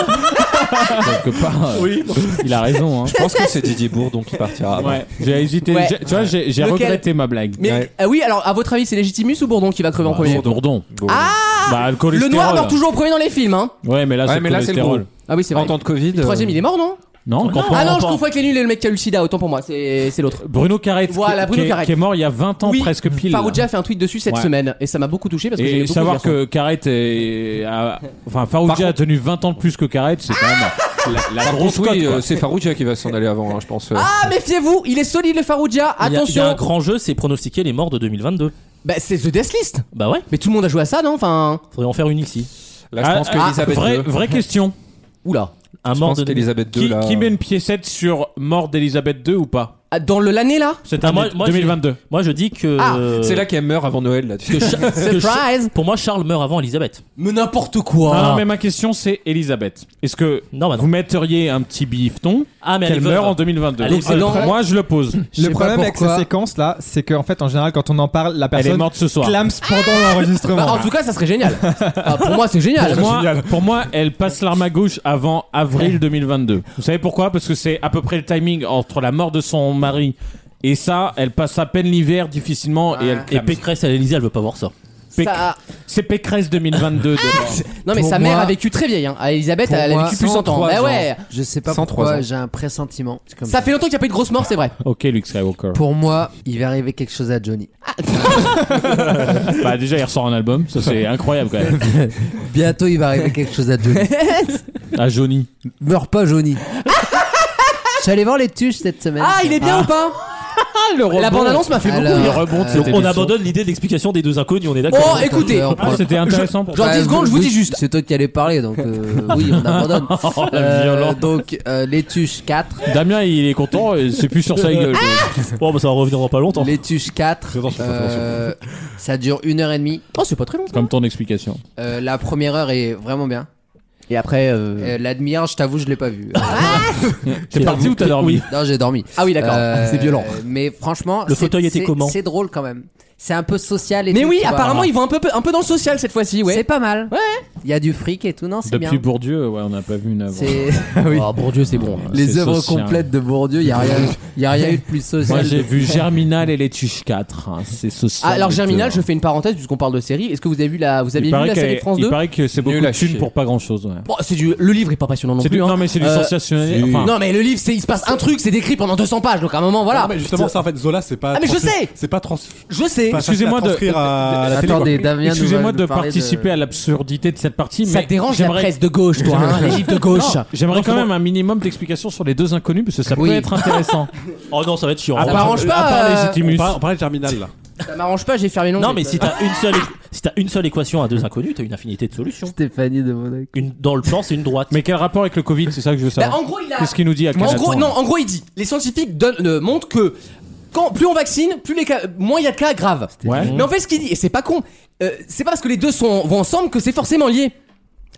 [SPEAKER 3] Quelque part, euh, il a raison. Hein.
[SPEAKER 5] Je pense que c'est Didier Bourdon qui
[SPEAKER 6] Ah
[SPEAKER 5] partira. avant.
[SPEAKER 3] Ouais, j'ai hésité.
[SPEAKER 2] Ouais.
[SPEAKER 3] J'ai- Tu vois, j'ai j'ai
[SPEAKER 2] Lequel
[SPEAKER 3] regretté ma blague. Bah,
[SPEAKER 2] mais
[SPEAKER 5] Ouais.
[SPEAKER 2] ah oui, alors à votre avis, c'est Légitimus ou Bourdon qui va crever en premier
[SPEAKER 3] Bourdon. Ah bah, le,
[SPEAKER 2] Le
[SPEAKER 3] cholestérol.
[SPEAKER 2] noir meurt toujours en premier dans les films, hein
[SPEAKER 3] Ouais, mais là,
[SPEAKER 6] Ouais,
[SPEAKER 3] c'est
[SPEAKER 6] mais
[SPEAKER 3] le
[SPEAKER 6] là, c'est le
[SPEAKER 3] cholestérol.
[SPEAKER 2] Ah oui, c'est vrai.
[SPEAKER 6] En temps de Covid.
[SPEAKER 7] euh,
[SPEAKER 6] euh,
[SPEAKER 2] Le troisième, il est mort, non
[SPEAKER 3] non, quand
[SPEAKER 2] Ah non, je
[SPEAKER 4] pas.
[SPEAKER 2] confonds avec les nuls et le mec qui a eu le sida, autant pour moi, c'est c'est l'autre.
[SPEAKER 3] Bruno Carrette, qui-
[SPEAKER 2] Voilà,
[SPEAKER 3] qui,
[SPEAKER 2] Bruno
[SPEAKER 3] est-
[SPEAKER 2] Carrette.
[SPEAKER 3] qui est mort il y a 20 ans
[SPEAKER 2] Oui,
[SPEAKER 3] presque pile.
[SPEAKER 2] Farouja a fait un tweet dessus cette
[SPEAKER 3] Ouais.
[SPEAKER 2] semaine et ça m'a beaucoup touché parce que j'ai
[SPEAKER 3] Et
[SPEAKER 2] beaucoup
[SPEAKER 3] savoir
[SPEAKER 2] de garçons.
[SPEAKER 3] que Carrette est. a- Enfin, Farouja
[SPEAKER 6] Par
[SPEAKER 3] a tenu 20 ans de plus que Carrette, c'est quand même la, la
[SPEAKER 6] Par
[SPEAKER 3] grosse
[SPEAKER 6] contre,
[SPEAKER 3] cote.
[SPEAKER 6] oui,
[SPEAKER 3] quoi.
[SPEAKER 6] euh, c'est Farouja qui va s'en aller avant, hein, je pense. euh.
[SPEAKER 2] Ah, méfiez-vous, il est solide le Farouja,
[SPEAKER 4] Il y a- Il y
[SPEAKER 2] attention
[SPEAKER 4] a un grand jeu, c'est pronostiquer les morts de 2022.
[SPEAKER 2] Bah, c'est The Death List
[SPEAKER 4] Bah ouais,
[SPEAKER 2] Mais tout le monde a joué à ça, non Enfin.
[SPEAKER 4] faudrait en faire une ici.
[SPEAKER 6] Là, je
[SPEAKER 3] Ah,
[SPEAKER 6] pense
[SPEAKER 3] ah,
[SPEAKER 6] qu'Elisabeth
[SPEAKER 3] vraie,
[SPEAKER 6] II.
[SPEAKER 3] vraie question.
[SPEAKER 2] Oula.
[SPEAKER 4] Un
[SPEAKER 6] Je
[SPEAKER 4] mort
[SPEAKER 6] pense
[SPEAKER 4] de.
[SPEAKER 6] qu'Elisabeth II,
[SPEAKER 3] Qui,
[SPEAKER 6] là.
[SPEAKER 3] qui met une piécette sur mort d'Elisabeth II ou pas
[SPEAKER 2] Ah, Dans le l'année là
[SPEAKER 3] Cette
[SPEAKER 4] Ah,
[SPEAKER 3] année
[SPEAKER 4] moi- moi,
[SPEAKER 3] 2022.
[SPEAKER 4] Moi je dis que.
[SPEAKER 2] Ah,
[SPEAKER 6] C'est là qu'elle meurt avant Noël, là.
[SPEAKER 4] que Cha- que Cha-
[SPEAKER 2] Surprise
[SPEAKER 4] Pour moi, Charles meurt avant Elisabeth.
[SPEAKER 2] Mais n'importe quoi
[SPEAKER 3] Non, non, mais ma question c'est Elisabeth. Est-ce que
[SPEAKER 4] Ah. Non, bah non.
[SPEAKER 3] vous metteriez un petit bifton
[SPEAKER 4] Ah, mais elle
[SPEAKER 3] qu'elle
[SPEAKER 4] est veuve.
[SPEAKER 3] meurt en 2022
[SPEAKER 4] Elle est
[SPEAKER 3] Donc, c'est-
[SPEAKER 2] veuve. Non.
[SPEAKER 3] Moi je le pose.
[SPEAKER 6] Le
[SPEAKER 7] pas
[SPEAKER 6] problème avec cette
[SPEAKER 7] pourquoi.
[SPEAKER 6] séquence là, c'est qu'en fait, en général, quand on en parle, la
[SPEAKER 3] Elle est
[SPEAKER 6] personne
[SPEAKER 3] morte ce soir.
[SPEAKER 6] clame pendant
[SPEAKER 8] Ah,
[SPEAKER 2] Bah,
[SPEAKER 6] l'enregistrement.
[SPEAKER 2] en tout cas, ça serait génial. Ah, pour moi, c'est génial.
[SPEAKER 3] Pour moi, pour moi, elle passe l'arme à gauche avant avril 2022. Vous savez pourquoi Parce que c'est à peu près le timing entre la mort de son mari et ça. Elle passe à peine l'hiver difficilement et elle
[SPEAKER 4] Et
[SPEAKER 3] clame.
[SPEAKER 4] Pécresse à l'Elysée, elle veut pas voir ça.
[SPEAKER 3] Péc-
[SPEAKER 2] Ça-
[SPEAKER 3] C'est Pécresse 2022. de mort.
[SPEAKER 2] Non, mais
[SPEAKER 7] Pour
[SPEAKER 2] sa mère
[SPEAKER 7] moi-
[SPEAKER 2] a vécu très vieille, hein. Ah, Elisabeth,
[SPEAKER 7] Pour
[SPEAKER 2] elle a
[SPEAKER 7] moi,
[SPEAKER 2] vécu plus de 100 ans.
[SPEAKER 6] 103
[SPEAKER 2] Bah
[SPEAKER 6] ans.
[SPEAKER 2] ouais
[SPEAKER 7] Je sais pas
[SPEAKER 6] 103
[SPEAKER 7] pourquoi,
[SPEAKER 6] ans.
[SPEAKER 7] j'ai un pressentiment. C'est comme
[SPEAKER 2] Ça fait longtemps qu'il n'y a pas eu de grosse mort, c'est vrai.
[SPEAKER 3] ok, Luke Skywalker.
[SPEAKER 7] Pour moi, il va arriver quelque chose à Johnny.
[SPEAKER 3] Bah déjà, il ressort un album. Ça c'est incroyable quand même.
[SPEAKER 7] Bientôt, il va arriver quelque chose à Johnny.
[SPEAKER 3] À Johnny.
[SPEAKER 7] Meurs pas, Johnny. J'allais voir les tuches cette semaine.
[SPEAKER 2] Ah, il est bien ou pas La bande-annonce m'a fait
[SPEAKER 7] Alors,
[SPEAKER 2] beaucoup rire.
[SPEAKER 3] rebond. de
[SPEAKER 7] euh,
[SPEAKER 3] cette
[SPEAKER 4] On
[SPEAKER 3] émission.
[SPEAKER 4] abandonne l'idée de l'explication des deux inconnus, on est d'accord.
[SPEAKER 2] Bon, écoutez,
[SPEAKER 7] on
[SPEAKER 3] Ah,
[SPEAKER 7] prend-
[SPEAKER 3] C'était intéressant. Pour...
[SPEAKER 2] Genre 10 secondes, je vous dis juste.
[SPEAKER 7] C'est toi qui allais parler, donc euh, oui, on abandonne.
[SPEAKER 2] Ah,
[SPEAKER 3] Oh, la
[SPEAKER 7] Euh,
[SPEAKER 3] violence.
[SPEAKER 7] donc, euh, les tuches 4.
[SPEAKER 3] Damien, il est content. et C'est plus sur sa gueule.
[SPEAKER 4] Bon, bah ça va revenir dans pas longtemps.
[SPEAKER 7] Les tuches 4.
[SPEAKER 5] Attends, je fais pas
[SPEAKER 7] euh, ça dure une heure et demie.
[SPEAKER 2] Oh, c'est pas très long.
[SPEAKER 3] Comme ton explication.
[SPEAKER 7] Euh, la première heure est vraiment bien.
[SPEAKER 2] Et après.
[SPEAKER 7] Euh, la demi-heure, je t'avoue, je l'ai pas vue. Euh,
[SPEAKER 3] T'es parti ou t'as dormi
[SPEAKER 7] non, j'ai dormi.
[SPEAKER 2] Ah oui, d'accord.
[SPEAKER 7] Euh,
[SPEAKER 2] c'est violent.
[SPEAKER 7] Mais franchement,
[SPEAKER 4] Le
[SPEAKER 7] c'est-
[SPEAKER 4] fauteuil était
[SPEAKER 7] c'est-
[SPEAKER 4] comment
[SPEAKER 7] C'est drôle quand même. C'est un peu social et
[SPEAKER 2] Mais
[SPEAKER 7] tout,
[SPEAKER 2] oui,
[SPEAKER 7] tu vois.
[SPEAKER 2] apparemment, ils vont un peu, un peu dans le social cette fois-ci, ouais.
[SPEAKER 7] C'est pas mal.
[SPEAKER 2] Ouais.
[SPEAKER 7] Il y a du fric et tout, non, c'est bien.
[SPEAKER 3] Depuis Bourdieu, ouais, on n'a pas vu une œuvre.
[SPEAKER 7] C'est
[SPEAKER 2] Oh, bon Dieu, c'est bon.
[SPEAKER 7] les
[SPEAKER 3] C'est
[SPEAKER 7] œuvres
[SPEAKER 3] social.
[SPEAKER 7] complètes de Bourdieu, il y a rien il y a rien eu de plus social.
[SPEAKER 3] Moi, j'ai vu Germinal et les Tuches 4. hein, C'est social.
[SPEAKER 2] Ah, alors Germinal,
[SPEAKER 3] Putain.
[SPEAKER 2] je fais une parenthèse puisqu'on parle de série. Est-ce que vous avez vu la, vous
[SPEAKER 3] Il
[SPEAKER 2] aviez vu
[SPEAKER 3] paraît
[SPEAKER 2] la
[SPEAKER 3] qu'elle-
[SPEAKER 2] série France
[SPEAKER 3] Il
[SPEAKER 2] 2
[SPEAKER 3] paraît que c'est beaucoup
[SPEAKER 6] Nul à
[SPEAKER 3] de thunes
[SPEAKER 6] chier.
[SPEAKER 3] pour pas grand chose.
[SPEAKER 2] Bon, c'est du, le livre est pas passionnant non
[SPEAKER 3] C'est
[SPEAKER 2] plus.
[SPEAKER 3] du,
[SPEAKER 2] hein.
[SPEAKER 3] non mais c'est du
[SPEAKER 2] Euh,
[SPEAKER 3] sensationnel.
[SPEAKER 5] si.
[SPEAKER 3] Enfin,
[SPEAKER 2] Non mais le livre, c'est il se passe un truc, c'est décrit pendant 200 pages, donc à un moment voilà.
[SPEAKER 5] Non, mais justement, ça en fait, Zola, c'est pas.
[SPEAKER 2] Ah, mais je
[SPEAKER 5] transfé-
[SPEAKER 2] sais
[SPEAKER 5] C'est pas trans.
[SPEAKER 2] Je sais.
[SPEAKER 5] pas facile à
[SPEAKER 3] Excusez-moi de-
[SPEAKER 5] transcrire à la télé, quoi.
[SPEAKER 7] Attendez, Damien, nous va
[SPEAKER 3] Excusez-moi
[SPEAKER 7] nous
[SPEAKER 3] de
[SPEAKER 7] parler
[SPEAKER 3] participer à l'absurdité de cette partie,
[SPEAKER 2] Ça
[SPEAKER 3] mais
[SPEAKER 2] te dérange la
[SPEAKER 3] j'aimerais-
[SPEAKER 2] presse de gauche, toi, hein, les livres de gauche.
[SPEAKER 3] Non, J'aimerais quand même un minimum d'explications sur les deux inconnus parce que ça
[SPEAKER 7] Oui.
[SPEAKER 3] peut être intéressant.
[SPEAKER 4] Oh non, ça va être chiant.
[SPEAKER 2] Ah, ça m'arrange pas.
[SPEAKER 3] à part
[SPEAKER 2] euh,
[SPEAKER 5] On
[SPEAKER 3] légitimus.
[SPEAKER 5] par- on parlait de Germinal là.
[SPEAKER 2] Ça m'arrange pas, j'ai fermé l'onglet.
[SPEAKER 4] Non, mais si t'as une seule, si t'as une seule équation à deux inconnus, t'as une infinité de solutions.
[SPEAKER 7] Stéphanie de Monaco.
[SPEAKER 4] Une dans le plan, c'est une droite.
[SPEAKER 3] Mais quel rapport avec le Covid C'est ça que je veux
[SPEAKER 2] Bah,
[SPEAKER 3] savoir.
[SPEAKER 2] en gros, il a.
[SPEAKER 3] Qu'est-ce qu'il nous dit à
[SPEAKER 2] En gros, non, en gros, il dit. Les scientifiques donnent- euh, montrent que quand plus on vaccine, plus les cas, moins il y a de cas graves.
[SPEAKER 3] Ouais.
[SPEAKER 2] Mais en fait, ce qu'il dit, et c'est pas con, euh, c'est pas parce que les deux sont, vont ensemble que c'est forcément lié.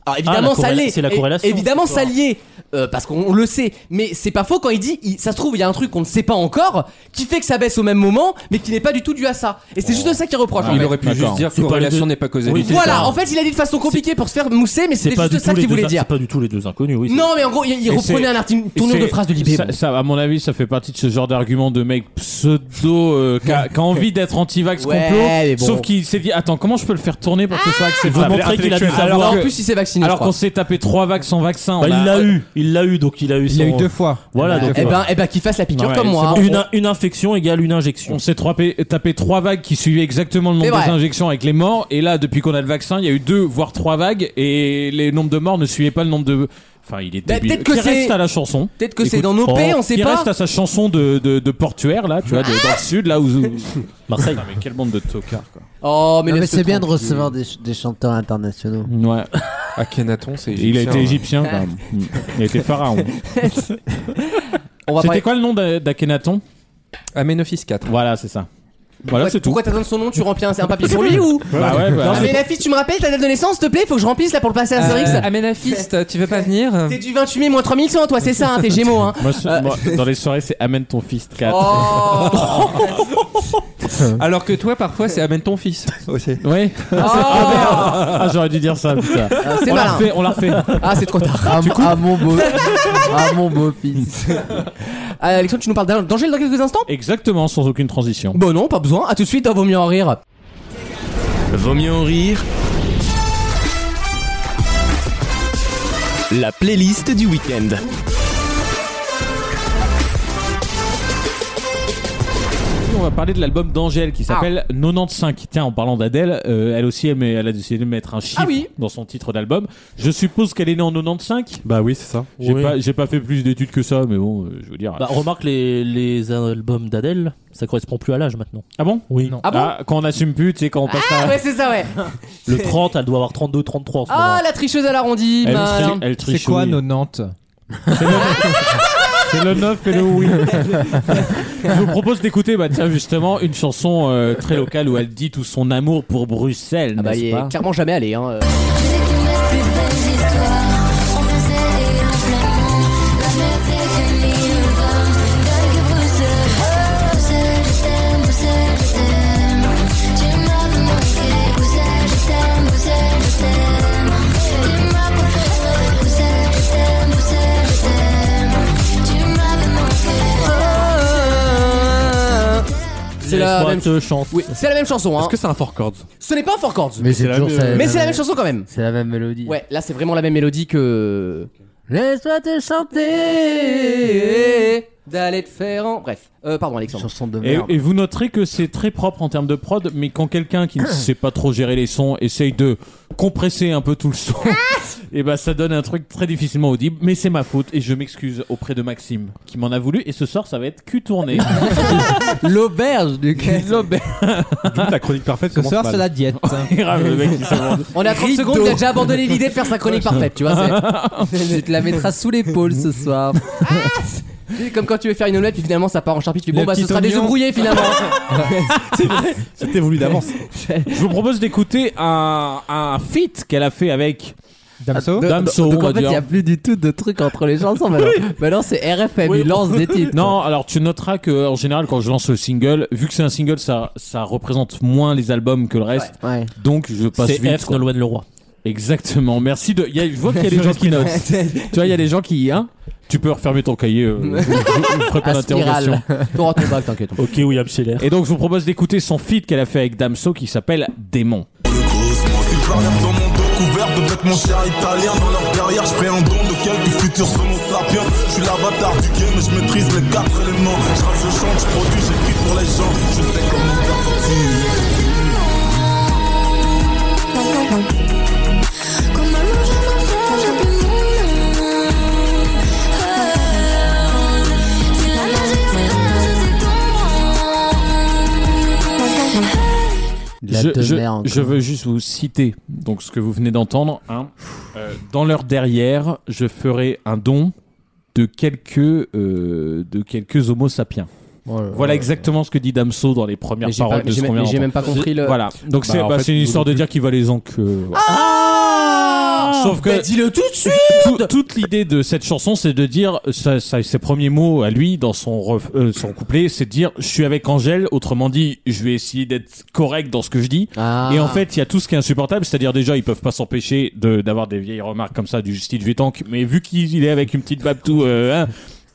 [SPEAKER 2] Alors évidemment,
[SPEAKER 4] Ah, la
[SPEAKER 2] ça
[SPEAKER 4] corréla-
[SPEAKER 2] l'est.
[SPEAKER 4] c'est la
[SPEAKER 2] Et-
[SPEAKER 4] corrélation,
[SPEAKER 2] Évidemment,
[SPEAKER 4] ce
[SPEAKER 2] ça l'est. euh, parce qu'on on le sait. Mais c'est pas faux quand il dit, il- ça se trouve, il y a un truc qu'on ne sait pas encore, qui fait que ça baisse au même moment, mais qui n'est pas du tout dû à ça. Et
[SPEAKER 4] Oh.
[SPEAKER 2] c'est juste ça qu'il reproche. en
[SPEAKER 4] Ah,
[SPEAKER 6] Il
[SPEAKER 2] fait.
[SPEAKER 6] aurait pu juste
[SPEAKER 3] D'accord.
[SPEAKER 6] dire
[SPEAKER 4] C'est
[SPEAKER 6] que
[SPEAKER 4] pas les deux.
[SPEAKER 6] corrélation n'est pas causalité.
[SPEAKER 2] Voilà, en fait, il a dit de façon compliquée pour se faire mousser, mais
[SPEAKER 4] c'est
[SPEAKER 2] c'était
[SPEAKER 4] pas du
[SPEAKER 2] juste
[SPEAKER 4] tout
[SPEAKER 2] ça
[SPEAKER 4] les
[SPEAKER 2] qu'il
[SPEAKER 4] deux.
[SPEAKER 2] voulait dire.
[SPEAKER 4] C'est pas du tout les deux inconnus. Oui.
[SPEAKER 2] Non, mais en gros, il, il
[SPEAKER 3] Et
[SPEAKER 2] reprenait
[SPEAKER 3] c'est-
[SPEAKER 2] un article, une tournure
[SPEAKER 3] C'est-
[SPEAKER 2] de phrase de Libé.
[SPEAKER 3] Ça,
[SPEAKER 2] bon.
[SPEAKER 3] ça, à mon avis, ça fait partie de ce genre d'argument de mec pseudo euh, qui a, qui a envie d'être anti-vax
[SPEAKER 2] Ouais, mais
[SPEAKER 3] complot.
[SPEAKER 2] bon. Ah
[SPEAKER 3] Sauf qu'il s'est dit attends, comment je peux le faire tourner pour que ce soit
[SPEAKER 4] c'est vous
[SPEAKER 3] acceptable
[SPEAKER 4] montrer qu'il a du
[SPEAKER 3] Alors
[SPEAKER 4] savoir.
[SPEAKER 2] en plus, il s'est vacciné.
[SPEAKER 3] Alors
[SPEAKER 2] je crois.
[SPEAKER 3] qu'on s'est tapé trois vagues sans vaccin, on
[SPEAKER 4] Bah,
[SPEAKER 3] a-
[SPEAKER 4] il l'a eu, il l'a eu, donc il a eu.
[SPEAKER 8] Il a eu
[SPEAKER 4] son-
[SPEAKER 8] deux fois.
[SPEAKER 4] Voilà. donc,
[SPEAKER 2] Eh
[SPEAKER 4] euh,
[SPEAKER 2] ben, eh ben qu'il fasse la piqûre
[SPEAKER 3] Ouais,
[SPEAKER 2] comme
[SPEAKER 3] c'est
[SPEAKER 2] moi.
[SPEAKER 3] bon.
[SPEAKER 2] hein.
[SPEAKER 4] une, in- une infection égale une injection.
[SPEAKER 3] On s'est trapé- tapé trois vagues qui suivaient exactement le
[SPEAKER 2] C'est
[SPEAKER 3] nombre
[SPEAKER 2] vrai.
[SPEAKER 3] des injections avec les morts. Et là, depuis qu'on a le vaccin, il y a eu deux, voire trois vagues. Et les nombres de morts ne suivaient pas le nombre de. Enfin, il est
[SPEAKER 2] Bah,
[SPEAKER 3] débile.
[SPEAKER 2] peut-être que
[SPEAKER 3] Qui
[SPEAKER 2] c'est-
[SPEAKER 3] reste à la chanson.
[SPEAKER 2] Peut-être que c'est
[SPEAKER 3] Écoute,
[SPEAKER 2] dans nos
[SPEAKER 3] oh,
[SPEAKER 2] pays, on sait
[SPEAKER 3] qui
[SPEAKER 2] pas.
[SPEAKER 3] reste à sa chanson de, de, de portuaire, là, tu vois, de, dans le sud, là où. où-
[SPEAKER 4] Marseille.
[SPEAKER 3] Mais quelle bande de tocards, quoi.
[SPEAKER 2] Oh, mais,
[SPEAKER 7] Non, mais
[SPEAKER 2] laisse-le
[SPEAKER 7] c'est bien de
[SPEAKER 2] tranquille.
[SPEAKER 7] recevoir des, ch- des chanteurs internationaux.
[SPEAKER 3] Ouais.
[SPEAKER 6] Akhenaton, c'est
[SPEAKER 3] Il a été
[SPEAKER 6] égyptien.
[SPEAKER 3] égyptien, quand même. Mm. Il a été pharaon.
[SPEAKER 2] On va
[SPEAKER 3] C'était
[SPEAKER 2] parler-
[SPEAKER 3] quoi le nom d'A- d'Akhenaton
[SPEAKER 6] Amenophis 4.
[SPEAKER 3] Voilà, c'est ça. Voilà,
[SPEAKER 2] Pourquoi-
[SPEAKER 3] c'est tout.
[SPEAKER 2] Pourquoi t'as donné son nom Tu remplis un, un papier pour lui ou
[SPEAKER 3] Bah ouais, bah,
[SPEAKER 2] Ah, mais la fille, tu me rappelles ta date de naissance, s'il te plaît Faut que je remplisse là pour le
[SPEAKER 7] Euh,
[SPEAKER 2] passer à Astérix.
[SPEAKER 6] Euh, tu veux pas venir
[SPEAKER 2] T'es du 28 mai moins 3100, toi, c'est ça, hein, t'es Gémeaux, hein.
[SPEAKER 3] moi, ce- moi, dans les soirées, c'est Amène ton fils 4.
[SPEAKER 2] Oh,
[SPEAKER 6] Alors que toi, parfois, c'est amène ton fils.
[SPEAKER 3] Ouais.
[SPEAKER 2] Ah,
[SPEAKER 3] Ah, j'aurais dû dire ça, putain.
[SPEAKER 2] Oh, c'est
[SPEAKER 3] on la
[SPEAKER 2] malin.
[SPEAKER 3] refait, on la refait.
[SPEAKER 2] Ah, c'est trop tard.
[SPEAKER 7] À, à mon beau, à mon beau fils.
[SPEAKER 2] Ah, Alexandre, tu nous parles d'An- d'Angèle dans quelques instants
[SPEAKER 3] Exactement, sans aucune transition.
[SPEAKER 2] Bon, non, pas besoin. À tout de suite, dans vaut mieux en rire.
[SPEAKER 1] Vaut mieux en rire. La playlist du week-end.
[SPEAKER 3] On va parler de l'album d'Angèle qui s'appelle
[SPEAKER 2] Ah.
[SPEAKER 3] 95. Tiens, en parlant d'Adèle, euh, elle aussi, elle, met- elle a décidé de mettre un chiffre
[SPEAKER 2] Ah oui.
[SPEAKER 3] dans son titre d'album. Je suppose qu'elle est née en 95.
[SPEAKER 5] Bah oui, c'est ça.
[SPEAKER 3] J'ai
[SPEAKER 4] Oui.
[SPEAKER 3] pas, j'ai pas fait plus d'études que ça, mais bon, euh, je veux dire.
[SPEAKER 4] Bah, remarque les, les albums d'Adèle, ça correspond plus à l'âge maintenant.
[SPEAKER 3] ah bon
[SPEAKER 4] Oui.
[SPEAKER 3] Non.
[SPEAKER 2] Ah bon
[SPEAKER 3] Quand on assume plus, tu sais, quand on passe
[SPEAKER 2] Ah,
[SPEAKER 3] à.
[SPEAKER 2] ouais, c'est ça, ouais.
[SPEAKER 4] Le 30, elle doit avoir 32, 33 en ce
[SPEAKER 2] Ah,
[SPEAKER 4] moment.
[SPEAKER 2] la tricheuse à l'arrondi,
[SPEAKER 3] Elle,
[SPEAKER 2] malin.
[SPEAKER 3] tri- elle
[SPEAKER 8] C'est quoi
[SPEAKER 3] trichouille.
[SPEAKER 8] nos Nantes
[SPEAKER 3] C'est le 9 et le oui. Je vous propose d'écouter, bah tiens, justement, une chanson euh, très locale où elle dit tout son amour pour Bruxelles,
[SPEAKER 2] Ah bah,
[SPEAKER 3] n'est-ce
[SPEAKER 2] il
[SPEAKER 3] pas
[SPEAKER 2] est clairement jamais allé, hein. euh. C'est la
[SPEAKER 4] Laisse-moi
[SPEAKER 2] même-
[SPEAKER 4] te chanter.
[SPEAKER 2] Oui, c'est la même chanson, hein.
[SPEAKER 5] Est-ce que c'est un four chords
[SPEAKER 2] Ce n'est pas un four chords.
[SPEAKER 7] Mais c'est toujours ça.
[SPEAKER 2] Mais c'est la même chanson quand même.
[SPEAKER 7] C'est la même mélodie.
[SPEAKER 2] Ouais, là c'est vraiment la même mélodie que.
[SPEAKER 7] Laisse-moi te chanter.
[SPEAKER 2] D'aller te faire en. Bref, euh, pardon Alexandre.
[SPEAKER 7] Chanson de
[SPEAKER 3] Et,
[SPEAKER 7] merde.
[SPEAKER 3] et vous noterez que c'est très propre en termes de prod, mais quand quelqu'un qui ne sait pas trop gérer les sons essaye de compresser un peu tout le son, et ben ça donne un truc très difficilement audible. Mais c'est ma faute et je m'excuse auprès de Maxime qui m'en a voulu. Et ce soir, ça va être cul tourné.
[SPEAKER 7] L'auberge du cul.
[SPEAKER 5] La chronique parfaite
[SPEAKER 8] Ce
[SPEAKER 5] commence
[SPEAKER 8] soir,
[SPEAKER 5] mal.
[SPEAKER 8] c'est la diète.
[SPEAKER 3] Grave, le mec, il s'est vendu.
[SPEAKER 2] On est à 30
[SPEAKER 7] Rideau.
[SPEAKER 2] secondes, il a déjà abandonné l'idée de faire sa chronique parfaite, tu vois.
[SPEAKER 7] Tu te la mettras sous l'épaule ce soir.
[SPEAKER 2] Ah, C'est c'est comme quand tu veux faire une omelette, puis finalement ça part en charpie, tu fais bon bah ce
[SPEAKER 8] petit
[SPEAKER 2] sera des œufs
[SPEAKER 8] oignon.
[SPEAKER 2] brouillés finalement.
[SPEAKER 5] C'était voulu d'avance.
[SPEAKER 3] Je vous propose d'écouter un, un feat qu'elle a fait avec
[SPEAKER 8] Damso
[SPEAKER 7] Donc-
[SPEAKER 3] Damso,
[SPEAKER 7] donc
[SPEAKER 3] on
[SPEAKER 7] en
[SPEAKER 3] va
[SPEAKER 7] fait, il
[SPEAKER 3] dire.
[SPEAKER 7] n'y a plus du tout de truc entre les chansons maintenant. Maintenant, c'est RFM,
[SPEAKER 3] Oui.
[SPEAKER 7] il lance des titres.
[SPEAKER 3] Non, alors tu noteras que en général quand je lance le single, vu que c'est un single, ça ça représente moins les albums que le reste.
[SPEAKER 7] Ouais.
[SPEAKER 3] Donc je passe
[SPEAKER 4] C'est
[SPEAKER 3] vite.
[SPEAKER 4] F,
[SPEAKER 3] quoi.
[SPEAKER 4] Nolwenn Leroy.
[SPEAKER 3] Exactement. Merci de. il y a- je vois qu'il y a des gens qui notent. tu vois, il y a des gens qui. Hein tu peux refermer ton cahier. euh, je- je ne ferai pas
[SPEAKER 2] À
[SPEAKER 3] d'interrogation.
[SPEAKER 2] spirale. T'auras ton bac, t'inquiète.
[SPEAKER 4] Ok, William Scheller.
[SPEAKER 3] Et donc, je vous propose d'écouter son feat qu'elle a fait avec Damso qui s'appelle Démon.
[SPEAKER 11] J'arrive dans mon dos couvert de bêtes, mon cher italien. Dans leur derrière, je fais un don de quelques futurs homo sapiens. Je suis l'avatar du game et je maîtrise les quatre éléments. Je rappe, je chante, je produis, j'écris pour les gens. Je sais comment faire
[SPEAKER 7] La
[SPEAKER 3] je,
[SPEAKER 7] demeure
[SPEAKER 3] je-
[SPEAKER 7] encore.
[SPEAKER 3] je veux juste vous citer donc ce que vous venez d'entendre. hein. Euh, dans leur derrière, je ferai un don de quelques euh, de quelques Homo sapiens. Voilà exactement ce que dit Damso dans les premières
[SPEAKER 2] Mais j'ai
[SPEAKER 3] paroles
[SPEAKER 2] pas-
[SPEAKER 3] de ce
[SPEAKER 2] j'ai-
[SPEAKER 3] qu'on vient
[SPEAKER 2] mais j'ai même
[SPEAKER 3] d'entendre.
[SPEAKER 2] pas compris le-
[SPEAKER 3] Voilà. Donc
[SPEAKER 2] Bah,
[SPEAKER 3] c'est
[SPEAKER 2] en
[SPEAKER 3] bah,
[SPEAKER 2] fait,
[SPEAKER 3] c'est une
[SPEAKER 2] nous
[SPEAKER 3] histoire
[SPEAKER 2] non
[SPEAKER 3] de dire qu'il va les enc. euh, voilà. Sauf que
[SPEAKER 2] Ah Bah, dis-le tout de suite.
[SPEAKER 3] Tout- toute l'idée de cette chanson, c'est de dire ça- ça- ses premiers mots à lui dans son ref- euh, son couplet, c'est de dire je suis avec Angèle. Autrement dit, je vais essayer d'être correct dans ce que je dis. Et
[SPEAKER 2] Ah.
[SPEAKER 7] Ah.
[SPEAKER 3] en fait, il y a tout ce qui est insupportable, c'est-à-dire déjà ils peuvent pas s'empêcher de d'avoir des vieilles remarques comme ça du Steve Vuittank, mais vu qu'il il est avec une petite babtou, euh, hein,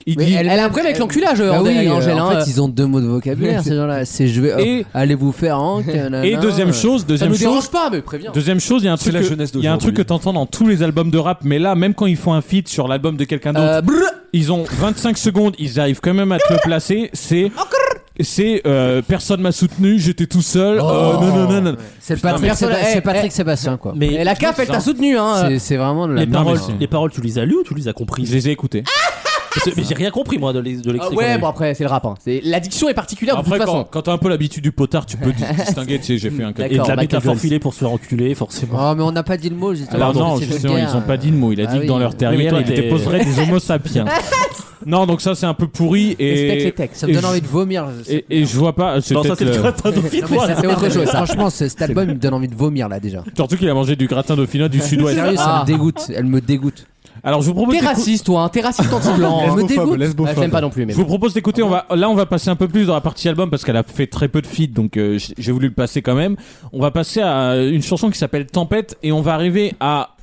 [SPEAKER 3] il dit
[SPEAKER 2] Elle a un problème avec l'enculage,
[SPEAKER 7] Bah oui,
[SPEAKER 2] Angèle,
[SPEAKER 7] euh,
[SPEAKER 2] Angèle,
[SPEAKER 7] en
[SPEAKER 2] hein.
[SPEAKER 7] fait, ils ont deux mots de vocabulaire, ces gens-là. C'est je vais
[SPEAKER 3] Et-
[SPEAKER 7] oh, allez vous faire Hank.
[SPEAKER 3] Et deuxième chose, deuxième
[SPEAKER 2] ça nous
[SPEAKER 3] chose,
[SPEAKER 2] dérange pas, mais préviens.
[SPEAKER 3] Deuxième chose, il y a un truc,
[SPEAKER 5] la
[SPEAKER 3] que-
[SPEAKER 5] jeunesse
[SPEAKER 3] il y a un truc
[SPEAKER 5] d'aujourd'hui.
[SPEAKER 3] que t'entends dans tous les albums de rap, mais là, même quand ils font un feat sur l'album de quelqu'un d'autre,
[SPEAKER 2] Euh, brrr.
[SPEAKER 3] ils ont 25 secondes, ils arrivent quand même à te le placer. C'est, c'est euh, personne m'a soutenu, j'étais tout seul. euh, non, non, non, non.
[SPEAKER 7] C'est
[SPEAKER 3] Putain,
[SPEAKER 7] Patrick,
[SPEAKER 2] mais-
[SPEAKER 7] Séba-
[SPEAKER 2] Eh,
[SPEAKER 7] c'est Patrick
[SPEAKER 2] eh.
[SPEAKER 7] Sébastien, quoi.
[SPEAKER 4] Mais
[SPEAKER 2] Et la CAF, elle t'a soutenu, hein.
[SPEAKER 7] C'est- C'est vraiment de la
[SPEAKER 4] les,
[SPEAKER 3] Ah, non,
[SPEAKER 4] paroles,
[SPEAKER 3] mais c'est-
[SPEAKER 4] les paroles, tu les as lues ou tu les as
[SPEAKER 3] Je
[SPEAKER 4] comprises
[SPEAKER 3] les ai écoutés.
[SPEAKER 4] Parce que- Mais j'ai rien compris, moi, de l'ex- de
[SPEAKER 2] Ah
[SPEAKER 4] l'extrait. qu'on a
[SPEAKER 2] ouais,
[SPEAKER 4] eu.
[SPEAKER 2] bon après, c'est le rap. hein. C'est- L'addiction est particulière de
[SPEAKER 3] Après,
[SPEAKER 2] toute
[SPEAKER 3] quand,
[SPEAKER 2] façon.
[SPEAKER 3] quand t'as un peu l'habitude du potard, tu peux dis- distinguer. Tu sais, j'ai fait un
[SPEAKER 4] Et de
[SPEAKER 2] D'accord, bah,
[SPEAKER 4] la
[SPEAKER 2] Michael
[SPEAKER 4] métaphore
[SPEAKER 2] Jones.
[SPEAKER 4] filée pour se faire enculer,
[SPEAKER 3] Ah,
[SPEAKER 4] forcément.
[SPEAKER 7] Oh, mais on n'a pas dit le mot,
[SPEAKER 2] Ah
[SPEAKER 7] justement.
[SPEAKER 3] Alors non,
[SPEAKER 7] c'est
[SPEAKER 3] justement,
[SPEAKER 7] vulgaire.
[SPEAKER 3] ils ont pas dit le mot. Il a dit
[SPEAKER 7] Ah
[SPEAKER 3] que
[SPEAKER 7] oui.
[SPEAKER 3] dans leur terrière,
[SPEAKER 4] toi,
[SPEAKER 3] il
[SPEAKER 4] t'es-
[SPEAKER 3] déposerait des homo sapiens. non, donc ça, c'est un peu pourri.
[SPEAKER 7] Euh,
[SPEAKER 2] Respecte les
[SPEAKER 3] Et,
[SPEAKER 2] textes.
[SPEAKER 7] Ça me
[SPEAKER 3] Et
[SPEAKER 7] donne
[SPEAKER 3] je-
[SPEAKER 7] envie de vomir. c'est-
[SPEAKER 3] et, et je vois pas. C'est
[SPEAKER 4] Non, ça,
[SPEAKER 3] peut-être
[SPEAKER 4] c'est le
[SPEAKER 2] euh,
[SPEAKER 3] le-
[SPEAKER 4] gratin de
[SPEAKER 7] Non, mais ça,
[SPEAKER 4] filtre.
[SPEAKER 7] c'est autre chose. Franchement, c'est- cet album, il me donne envie de vomir, là, déjà.
[SPEAKER 3] Surtout qu'il a mangé du gratin dauphinois du sud-ouest.
[SPEAKER 7] Sérieux, ça
[SPEAKER 2] Ah.
[SPEAKER 7] me dégoûte. Elle me dégoûte.
[SPEAKER 3] Alors, je vous propose
[SPEAKER 2] T'es
[SPEAKER 3] d'écou-
[SPEAKER 2] raciste, toi, hein. T'es raciste anti-blanc. hein.
[SPEAKER 7] me dégoûte.
[SPEAKER 2] Ah, Je l'aime pas non plus, mais.
[SPEAKER 3] Je vous propose d'écouter. On va là, on va passer un peu plus dans la partie album parce qu'elle a fait très peu de feats, donc euh, j- j'ai voulu le passer quand même. On va passer à une chanson qui s'appelle Tempête et on va arriver à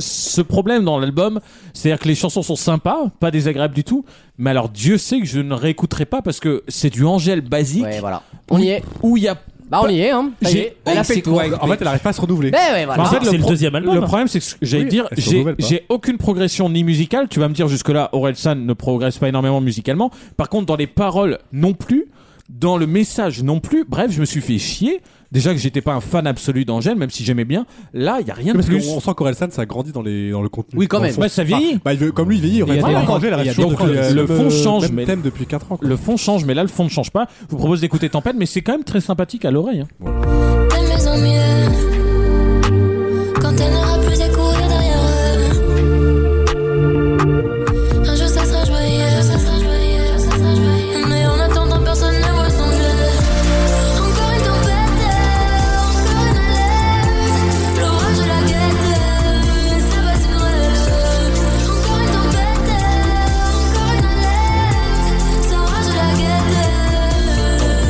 [SPEAKER 3] ce problème dans l'album, c'est-à-dire que les chansons sont sympas, pas désagréables du tout, mais alors Dieu sait que je ne réécouterai pas parce que c'est du Angèle basique
[SPEAKER 2] Ouais, voilà. On y est.
[SPEAKER 3] où il y a.
[SPEAKER 2] Bah, on y est, hein. Ça y est. Elle a fait le tour.
[SPEAKER 5] En fait, elle arrive pas à se renouveler.
[SPEAKER 2] Eh ouais, voilà.
[SPEAKER 4] En
[SPEAKER 3] euh,
[SPEAKER 4] fait, Ah, c'est le deuxième album.
[SPEAKER 3] Le problème, c'est que j'allais
[SPEAKER 5] Oui,
[SPEAKER 3] dire,
[SPEAKER 5] elle se
[SPEAKER 3] j'ai
[SPEAKER 5] renouvelle pas.
[SPEAKER 3] j'ai aucune progression ni musicale. Tu vas me dire jusque-là, Orelsan ne progresse pas énormément musicalement. Par contre, dans les paroles non plus, dans le message non plus. Bref, je me suis fait chier. Déjà que j'étais pas un fan absolu d'Angèle, même si j'aimais bien. Là, il y a rien de
[SPEAKER 5] Parce
[SPEAKER 3] plus.
[SPEAKER 5] qu'on sent qu'Orelsan, ça grandit dans, les, dans le contenu.
[SPEAKER 2] Oui, quand
[SPEAKER 5] Dans le
[SPEAKER 2] même.
[SPEAKER 5] fond.
[SPEAKER 3] Bah, ça vieillit.
[SPEAKER 5] Enfin, bah, il veut- comme lui, il vieillit.
[SPEAKER 3] Il y a
[SPEAKER 5] Orelsan.
[SPEAKER 3] des-
[SPEAKER 5] Par contre, Angèle, elle
[SPEAKER 3] il y a
[SPEAKER 5] reste toujours
[SPEAKER 3] des-
[SPEAKER 5] depuis,
[SPEAKER 3] le-
[SPEAKER 5] euh,
[SPEAKER 3] le
[SPEAKER 5] même,
[SPEAKER 3] fond
[SPEAKER 5] euh,
[SPEAKER 3] change,
[SPEAKER 5] Même
[SPEAKER 3] mais-
[SPEAKER 5] thème depuis 4 ans. quoi.
[SPEAKER 3] Le fond change, mais là, le fond ne change pas. Je vous propose d'écouter Tempête, mais c'est quand même très sympathique à l'oreille. hein.
[SPEAKER 12] de mieux en mieux. Quand elle n'aura plus à courir derrière eux. Un jour ça sera joyeux, Un jour, ça sera joyeux, Un jour, ça sera joyeux. Mais en attendant, personne ne voit son jeu. Encore une tempête, encore une alerte. L'orage et la guette, mais ça va se brûler. Encore une tempête, encore une alerte. Ça orage et la guette.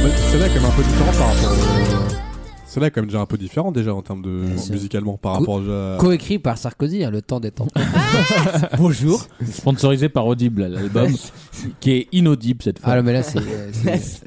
[SPEAKER 5] Mais Celle-là est quand même un peu différente par rapport. au- Celle-là est quand même déjà un peu différente déjà en termes de musicalement par rapport déjà à.
[SPEAKER 7] Coécrit par Sarkozy, hein, le temps des temps.
[SPEAKER 3] Bonjour. Sponsorisé par Audible, l'album, qui est inaudible cette fois.
[SPEAKER 7] Ah, non, mais là, c'est. euh, c'est-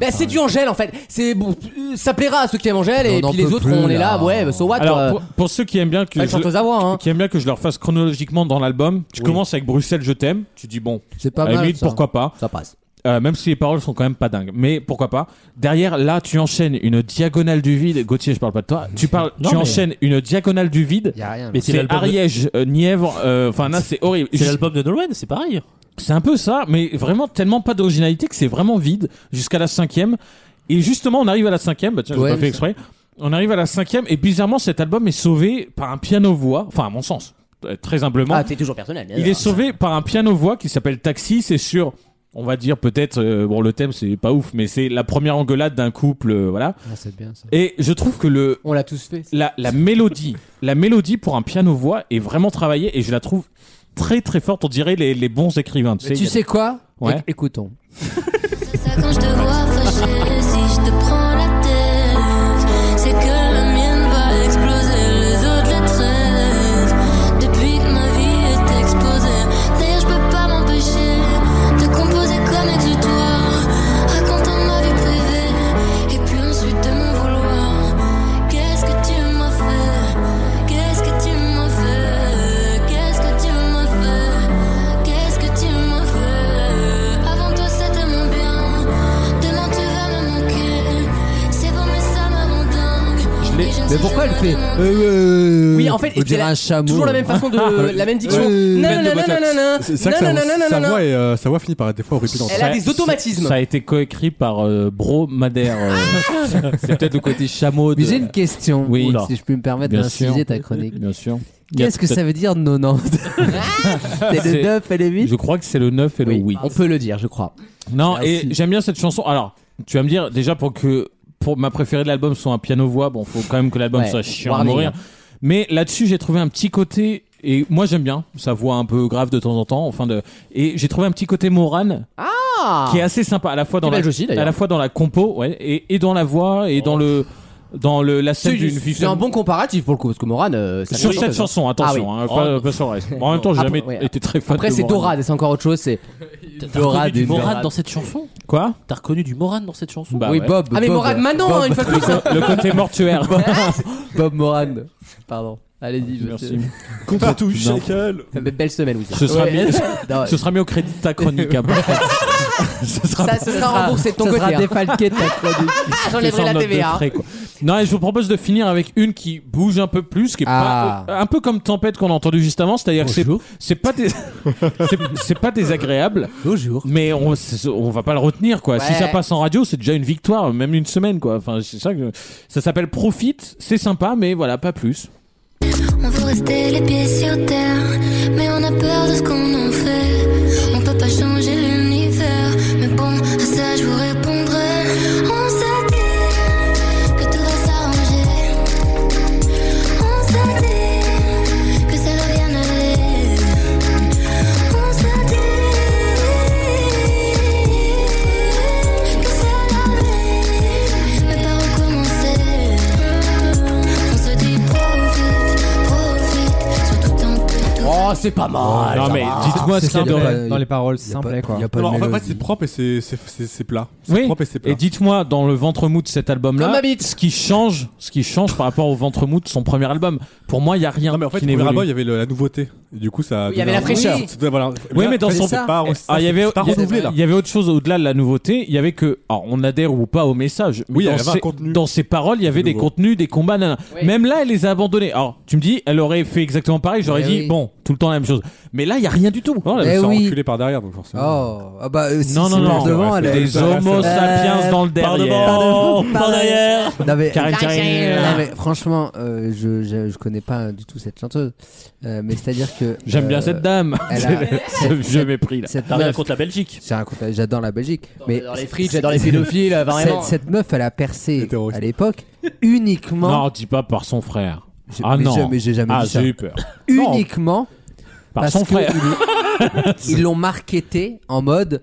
[SPEAKER 2] Bah, c'est du Angèle, en fait. C'est bon. euh, Ça plaira à ceux qui aiment Angèle, et
[SPEAKER 7] On en
[SPEAKER 2] puis les
[SPEAKER 7] peut
[SPEAKER 2] autres,
[SPEAKER 7] plus,
[SPEAKER 2] on est là.
[SPEAKER 7] là.
[SPEAKER 2] Ouais, bah, so what.
[SPEAKER 3] Alors,
[SPEAKER 2] euh,
[SPEAKER 3] pour, pour ceux qui aiment bien que
[SPEAKER 2] Elle
[SPEAKER 3] je,
[SPEAKER 2] chanteuse à voix, hein.
[SPEAKER 3] qui aiment bien que je leur fasse chronologiquement dans l'album, tu commences avec Bruxelles, je t'aime. Tu dis bon,
[SPEAKER 7] C'est pas
[SPEAKER 3] à la
[SPEAKER 7] mal.
[SPEAKER 3] limite,
[SPEAKER 7] ça.
[SPEAKER 3] pourquoi pas.
[SPEAKER 2] Ça passe.
[SPEAKER 3] Euh, même si les paroles sont quand même pas dingues, mais pourquoi pas. Derrière, là, tu enchaînes une diagonale du vide. Gauthier, je parle pas de toi. Tu parles,
[SPEAKER 4] Non,
[SPEAKER 3] tu
[SPEAKER 4] mais-
[SPEAKER 3] enchaînes une diagonale du vide.
[SPEAKER 7] Y a rien.
[SPEAKER 4] Mais c'est
[SPEAKER 3] C'est
[SPEAKER 4] l'album de-
[SPEAKER 3] Ariège, euh, Nièvre. euh, Enfin, là, c'est horrible.
[SPEAKER 4] c'est
[SPEAKER 3] Je-
[SPEAKER 4] l'album de Nolwenn, c'est pareil.
[SPEAKER 3] C'est un peu ça, mais vraiment tellement pas d'originalité que c'est vraiment vide jusqu'à la cinquième. Et justement, on arrive à la cinquième. Bah tiens, j'ai
[SPEAKER 7] Ouais,
[SPEAKER 3] pas fait
[SPEAKER 7] mais
[SPEAKER 3] exprès. On arrive à la cinquième et bizarrement, cet album est sauvé par un piano voix. Enfin, à mon sens, euh, très humblement,
[SPEAKER 4] Hein
[SPEAKER 2] Ah, t'es toujours personnel. bien
[SPEAKER 3] il
[SPEAKER 2] sûr.
[SPEAKER 3] est sauvé par un piano voix qui s'appelle Taxi. C'est sur, on va dire peut-être, euh, bon, le thème c'est pas ouf, mais c'est la première engueulade d'un couple, euh, voilà.
[SPEAKER 7] Ah, c'est bien ça.
[SPEAKER 3] Et je trouve que le
[SPEAKER 2] On l'a tous fait.
[SPEAKER 3] la, la mélodie, la mélodie pour un piano voix est vraiment travaillée et je la trouve très très forte. On dirait les, les bons écrivains. Tu sais, il
[SPEAKER 7] Tu
[SPEAKER 3] y a-
[SPEAKER 7] sais quoi
[SPEAKER 3] Ouais.
[SPEAKER 7] Éc- Écoutons.
[SPEAKER 12] C'est ça quand je te vois fâché, si je te prends la tête, c'est que la mienne va exploser, les autres la trêve.
[SPEAKER 7] fait. euh,
[SPEAKER 2] Oui, en fait,
[SPEAKER 7] on
[SPEAKER 2] c'est
[SPEAKER 7] dirait
[SPEAKER 2] la-
[SPEAKER 7] un chameau.
[SPEAKER 2] toujours la même façon de- la même diction.
[SPEAKER 7] Euh,
[SPEAKER 2] Non, non, non, non, non, non.
[SPEAKER 5] C'est c'est vrai que
[SPEAKER 2] Non, non,
[SPEAKER 5] sa-
[SPEAKER 2] non,
[SPEAKER 5] sa
[SPEAKER 2] non,
[SPEAKER 5] voix
[SPEAKER 2] non.
[SPEAKER 5] est, euh, sa voix finit par être des fois répétante.
[SPEAKER 2] Elle a des automatismes.
[SPEAKER 3] Ça a été coécrit par euh, Bro Madère. euh, c'est peut-être le côté chameau. De...
[SPEAKER 7] Ah. Mais j'ai une question,
[SPEAKER 3] Oui. Oula.
[SPEAKER 7] si je peux me permettre
[SPEAKER 3] Bien
[SPEAKER 7] d'inciser
[SPEAKER 3] sûr.
[SPEAKER 7] ta chronique.
[SPEAKER 3] Bien sûr.
[SPEAKER 7] Qu'est-ce que ça veut dire 90 C'est le
[SPEAKER 3] C'est-
[SPEAKER 7] 9 et le 8
[SPEAKER 3] Je crois que c'est le 9 et le 8. On
[SPEAKER 2] peut le dire, je crois.
[SPEAKER 3] Non,
[SPEAKER 2] Merci.
[SPEAKER 3] et j'aime bien cette chanson. Alors, tu vas me dire, déjà, pour que pour ma préférée de l'album soit un piano-voix, bon, faut quand même que l'album
[SPEAKER 2] Ouais,
[SPEAKER 3] soit chiant à
[SPEAKER 2] warning.
[SPEAKER 3] mourir. Mais là-dessus, j'ai trouvé un petit côté. Et moi, j'aime bien sa voix un peu grave de temps en temps. Enfin de... Et j'ai trouvé un petit côté Morane
[SPEAKER 2] Ah
[SPEAKER 3] qui est assez sympa à la fois dans
[SPEAKER 2] Qui est
[SPEAKER 3] la
[SPEAKER 2] belge aussi, d'ailleurs.
[SPEAKER 3] à la fois dans la compo ouais, et, et dans la voix et dans le dans le la scène
[SPEAKER 2] C'est
[SPEAKER 3] d'une
[SPEAKER 2] du- c'est un bon comparatif pour le coup, parce que Moran. euh, ça
[SPEAKER 3] sur
[SPEAKER 2] fait
[SPEAKER 3] cette
[SPEAKER 2] chanteuse, hein.
[SPEAKER 3] chanson attention
[SPEAKER 2] Ah oui.
[SPEAKER 3] hein, pas, pas sur le reste. Bon, en même temps j'ai
[SPEAKER 2] Après,
[SPEAKER 3] jamais
[SPEAKER 2] ouais.
[SPEAKER 3] été très fan
[SPEAKER 2] Après,
[SPEAKER 3] de
[SPEAKER 2] c'est
[SPEAKER 3] Morane.
[SPEAKER 2] Dorade, et c'est encore autre chose. C'est
[SPEAKER 4] T'as reconnu du Morad dans
[SPEAKER 2] Dorade.
[SPEAKER 4] cette chanson
[SPEAKER 3] quoi
[SPEAKER 4] T'as reconnu du Morad dans cette chanson
[SPEAKER 3] Bah Oui, ouais. Bob,
[SPEAKER 2] Ah, mais Morane maintenant,
[SPEAKER 7] Bob.
[SPEAKER 2] hein, une fois de plus. hein.
[SPEAKER 3] le côté mortuaire
[SPEAKER 7] Bob Moran. Pardon. Allez-y,
[SPEAKER 3] Ah, Merci.
[SPEAKER 7] monsieur.
[SPEAKER 3] Contre tout, Non.
[SPEAKER 7] Ça
[SPEAKER 2] fait Belle semaine, oui.
[SPEAKER 3] ce sera,
[SPEAKER 7] Ouais.
[SPEAKER 3] mis,
[SPEAKER 7] Non,
[SPEAKER 3] ce sera mis au crédit de ta chronique après. ce sera
[SPEAKER 2] Ça, ce sera remboursé de ton
[SPEAKER 7] ça
[SPEAKER 2] côté.
[SPEAKER 7] sera
[SPEAKER 2] hein.
[SPEAKER 7] défalqué de ta chronique.
[SPEAKER 2] Ah, J'enlèverai
[SPEAKER 3] Sans
[SPEAKER 2] la
[SPEAKER 3] note de
[SPEAKER 2] TVA.
[SPEAKER 3] frais, quoi. Non, et je vous propose de finir avec une qui bouge un peu plus, qui est
[SPEAKER 7] Ah.
[SPEAKER 3] pas, un peu comme Tempête qu'on a entendu juste avant, c'est-à-dire que c'est, c'est pas dés- c'est, c'est pas désagréable.
[SPEAKER 2] Bonjour.
[SPEAKER 3] Mais on, c'est- on va pas le retenir, quoi. Si
[SPEAKER 2] Ouais.
[SPEAKER 3] ça passe en radio, c'est déjà une victoire, même une semaine, quoi. Enfin, c'est ça que, ça s'appelle Profit, c'est sympa, mais voilà, pas plus.
[SPEAKER 12] On veut rester les pieds sur terre, mais on a peur de ce qu'on en fait. On peut pas changer l'univers, mais bon, à ça je vous répondrai. On s'est dit que tout va s'arranger. On s'est dit que ça va bien aller. On s'est dit que c'est la vie, mais pas recommencer. On se dit profite, profite, surtout tant que
[SPEAKER 2] Oh, c'est pas mal.
[SPEAKER 3] non,
[SPEAKER 2] ça
[SPEAKER 3] mais
[SPEAKER 2] va.
[SPEAKER 3] dites-moi ce
[SPEAKER 8] C'est
[SPEAKER 3] qu'il y a
[SPEAKER 8] simple,
[SPEAKER 3] dans-
[SPEAKER 8] euh, dans les paroles, c'est simple, quoi.
[SPEAKER 5] Alors, en fait, c'est propre et c'est- c'est c'est- c'est plat. C'est
[SPEAKER 3] Oui.
[SPEAKER 5] propre et c'est plat.
[SPEAKER 3] Et dites-moi dans le ventre mou de cet
[SPEAKER 2] Comme ma
[SPEAKER 3] album-là,
[SPEAKER 2] bite.
[SPEAKER 3] ce qui change, ce qui change par rapport au ventre mou de son premier album. Pour moi, il y a rien.
[SPEAKER 5] Non, mais en fait,
[SPEAKER 3] qui
[SPEAKER 5] le premier
[SPEAKER 3] n'évolue.
[SPEAKER 5] album, il y avait le- la nouveauté. Et du coup, ça.
[SPEAKER 2] Oui, il y avait la fraîcheur.
[SPEAKER 5] Oui, voilà.
[SPEAKER 3] Oui, mais dans son
[SPEAKER 5] C'est pas
[SPEAKER 3] Ah, il y avait,
[SPEAKER 5] c'est pas
[SPEAKER 3] il y a-
[SPEAKER 5] renouvelé là.
[SPEAKER 3] il y avait autre chose au-delà de la nouveauté. Il y avait que, alors, on adhère ou pas au message. mais
[SPEAKER 5] Oui, il y
[SPEAKER 3] dans
[SPEAKER 5] avait un
[SPEAKER 3] ses-
[SPEAKER 5] contenu.
[SPEAKER 3] Dans ses paroles, il y avait des
[SPEAKER 5] nouveau.
[SPEAKER 3] contenus, des combats, nanana. Même là, elle les a abandonnés. Alors, tu me dis, elle aurait fait exactement pareil. J'aurais
[SPEAKER 7] Eh
[SPEAKER 3] dit,
[SPEAKER 7] oui.
[SPEAKER 3] bon, tout le temps la même chose. Mais là, il y a rien du tout.
[SPEAKER 5] Non,
[SPEAKER 7] Eh
[SPEAKER 5] elle s'est
[SPEAKER 7] oui.
[SPEAKER 5] reculée par derrière, donc forcément.
[SPEAKER 7] Oh, ah bah, euh, si
[SPEAKER 3] Non,
[SPEAKER 7] c'est
[SPEAKER 3] non, non.
[SPEAKER 7] par devant, elle est-
[SPEAKER 3] Des homo sapiens dans le derrière.
[SPEAKER 7] Par devant,
[SPEAKER 4] oh,
[SPEAKER 2] Bah,
[SPEAKER 4] Par derrière
[SPEAKER 7] Non mais,
[SPEAKER 3] Karine, Karine.
[SPEAKER 7] Non, mais franchement, euh, je, je je connais pas du tout cette chanteuse, Euh, mais c'est à dire que
[SPEAKER 3] J'aime
[SPEAKER 7] euh,
[SPEAKER 3] bien cette dame.
[SPEAKER 7] elle a-
[SPEAKER 3] Ce vieux mépris, là.
[SPEAKER 7] cette
[SPEAKER 4] T'as rien
[SPEAKER 7] meuf,
[SPEAKER 4] contre la Belgique
[SPEAKER 7] c'est un compte- j'adore la Belgique, mais
[SPEAKER 2] J'adore les frites, j'adore les pédophiles, euh,
[SPEAKER 7] cette,
[SPEAKER 2] vraiment.
[SPEAKER 7] cette meuf, elle a percé
[SPEAKER 5] Les terroristes.
[SPEAKER 7] à l'époque uniquement,
[SPEAKER 3] Non, dis pas par son frère.
[SPEAKER 7] J'ai-
[SPEAKER 3] Ah
[SPEAKER 7] mais
[SPEAKER 3] non.
[SPEAKER 7] j'ai- mais j'ai jamais
[SPEAKER 3] ah,
[SPEAKER 7] dit ça.
[SPEAKER 3] j'ai eu peur.
[SPEAKER 7] uniquement
[SPEAKER 3] Par
[SPEAKER 7] parce
[SPEAKER 3] son
[SPEAKER 7] que
[SPEAKER 3] frère.
[SPEAKER 7] ils- ils l'ont marketé en mode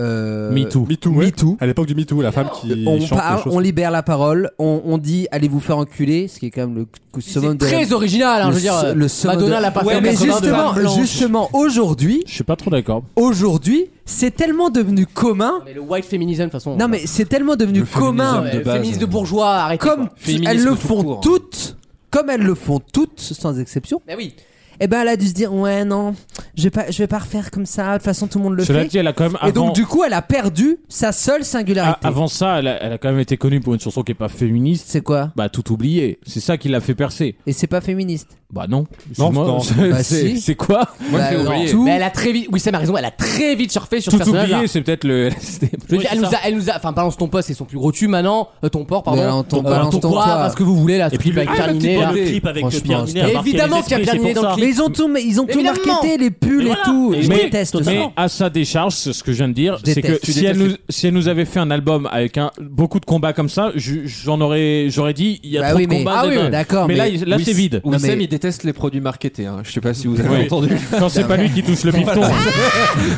[SPEAKER 7] euh,
[SPEAKER 3] Me Too.
[SPEAKER 5] MeToo, ouais. À l'époque du MeToo, la femme qui
[SPEAKER 7] on
[SPEAKER 5] chante
[SPEAKER 7] parle,
[SPEAKER 5] les choses.
[SPEAKER 7] on libère la parole, on, on dit allez vous faire enculer, ce qui est quand même le cou- summum
[SPEAKER 2] C'est
[SPEAKER 7] de la-
[SPEAKER 2] très original, hein, je veux dire.
[SPEAKER 7] se-
[SPEAKER 2] euh,
[SPEAKER 7] le summum
[SPEAKER 2] Madonna
[SPEAKER 7] de-
[SPEAKER 2] l'a pas
[SPEAKER 7] Ouais,
[SPEAKER 2] fait en
[SPEAKER 7] mais
[SPEAKER 2] 82.
[SPEAKER 7] justement, justement aujourd'hui,
[SPEAKER 3] Je suis pas trop d'accord.
[SPEAKER 7] aujourd'hui, c'est tellement devenu commun.
[SPEAKER 2] Ah, Mais le white féminisme, de toute façon.
[SPEAKER 7] Non mais c'est tellement devenu
[SPEAKER 5] Le
[SPEAKER 7] commun
[SPEAKER 5] féminisme de
[SPEAKER 2] le
[SPEAKER 5] base.
[SPEAKER 2] féminisme de bourgeois, hein. arrêtez.
[SPEAKER 7] comme
[SPEAKER 2] quoi.
[SPEAKER 7] tu-
[SPEAKER 3] Féminisme
[SPEAKER 7] elles le
[SPEAKER 3] tout
[SPEAKER 7] font
[SPEAKER 3] court.
[SPEAKER 7] toutes, comme elles le font toutes sans exception.
[SPEAKER 2] Bah oui.
[SPEAKER 7] Et ben elle a dû se dire ouais non, je vais pas je vais pas refaire comme ça, de toute façon tout le monde le
[SPEAKER 3] Cela
[SPEAKER 7] fait.
[SPEAKER 3] dit, elle a quand même
[SPEAKER 7] Et
[SPEAKER 3] avant-
[SPEAKER 7] donc du coup, elle a perdu sa seule
[SPEAKER 3] Ah,
[SPEAKER 7] singularité.
[SPEAKER 3] avant ça, elle a, elle a quand même été connue pour une chanson qui est pas féministe.
[SPEAKER 7] C'est quoi
[SPEAKER 3] Bah tout oublié. C'est ça qui l'a fait percer.
[SPEAKER 7] Et c'est pas féministe.
[SPEAKER 3] Bah non.
[SPEAKER 5] c'est
[SPEAKER 3] Excuse-moi.
[SPEAKER 5] dans-
[SPEAKER 3] C'est-
[SPEAKER 7] Bah,
[SPEAKER 3] c'est
[SPEAKER 7] si.
[SPEAKER 3] c'est quoi
[SPEAKER 7] Bah,
[SPEAKER 6] j'ai
[SPEAKER 7] non.
[SPEAKER 6] oublié.
[SPEAKER 7] Tout-
[SPEAKER 2] Mais elle a très vite, oui, Sam a raison, elle a très vite surfé sur ce
[SPEAKER 3] Tout
[SPEAKER 2] personnage.
[SPEAKER 3] oublié, c'est peut-être le.
[SPEAKER 2] Je veux dire, elle nous, a, elle nous a, enfin, balance ton poste, c'est son plus gros tu maintenant, euh, ton port, pardon.
[SPEAKER 7] Mais alors, ton-
[SPEAKER 2] Euh,
[SPEAKER 7] balance ton
[SPEAKER 2] quoi,
[SPEAKER 7] toi.
[SPEAKER 2] parce que vous voulez là, ce
[SPEAKER 3] puis
[SPEAKER 2] truc
[SPEAKER 3] le-
[SPEAKER 2] avec
[SPEAKER 3] ah,
[SPEAKER 2] Pierre
[SPEAKER 3] le petit
[SPEAKER 2] Ninet,
[SPEAKER 3] pote
[SPEAKER 2] là.
[SPEAKER 4] Le clip avec
[SPEAKER 7] Franchement,
[SPEAKER 4] Pierre Ninet
[SPEAKER 7] c'était-
[SPEAKER 4] a marqué
[SPEAKER 2] eh, Évidemment
[SPEAKER 4] les
[SPEAKER 2] qu'il y a
[SPEAKER 4] esprits,
[SPEAKER 2] Pierre
[SPEAKER 4] c'est
[SPEAKER 2] Ninet
[SPEAKER 4] pour
[SPEAKER 2] dans le
[SPEAKER 4] ça.
[SPEAKER 2] clip.
[SPEAKER 7] Mais ils ont tout, mais ils ont tout
[SPEAKER 2] Évidemment.
[SPEAKER 7] marketé, les pulls
[SPEAKER 4] Mais
[SPEAKER 7] et
[SPEAKER 4] voilà.
[SPEAKER 7] tout.
[SPEAKER 4] Et je
[SPEAKER 3] Mais,
[SPEAKER 4] déteste
[SPEAKER 3] mais
[SPEAKER 4] totalement.
[SPEAKER 3] à sa décharge, c'est ce que je viens de dire,
[SPEAKER 7] Je
[SPEAKER 3] c'est que
[SPEAKER 7] déteste. Tu
[SPEAKER 3] si elle,
[SPEAKER 7] détestes
[SPEAKER 3] nous, si elle nous avait fait un album avec un, beaucoup de combats comme ça, je- j'en aurais, j'aurais dit, il y a
[SPEAKER 7] Bah
[SPEAKER 3] trop
[SPEAKER 7] oui,
[SPEAKER 3] de
[SPEAKER 7] mais-
[SPEAKER 3] combats.
[SPEAKER 7] ah oui,
[SPEAKER 3] dedans.
[SPEAKER 7] d'accord,
[SPEAKER 3] Mais, là,
[SPEAKER 7] mais-
[SPEAKER 3] il- là,
[SPEAKER 6] Wiss-
[SPEAKER 3] c'est vide.
[SPEAKER 7] Non,
[SPEAKER 6] Wissem,
[SPEAKER 7] mais-
[SPEAKER 6] il déteste les produits marketés. Hein. Je sais pas si vous avez
[SPEAKER 3] Oui.
[SPEAKER 6] entendu.
[SPEAKER 3] Quand c'est pas lui qui touche le bifton. hein.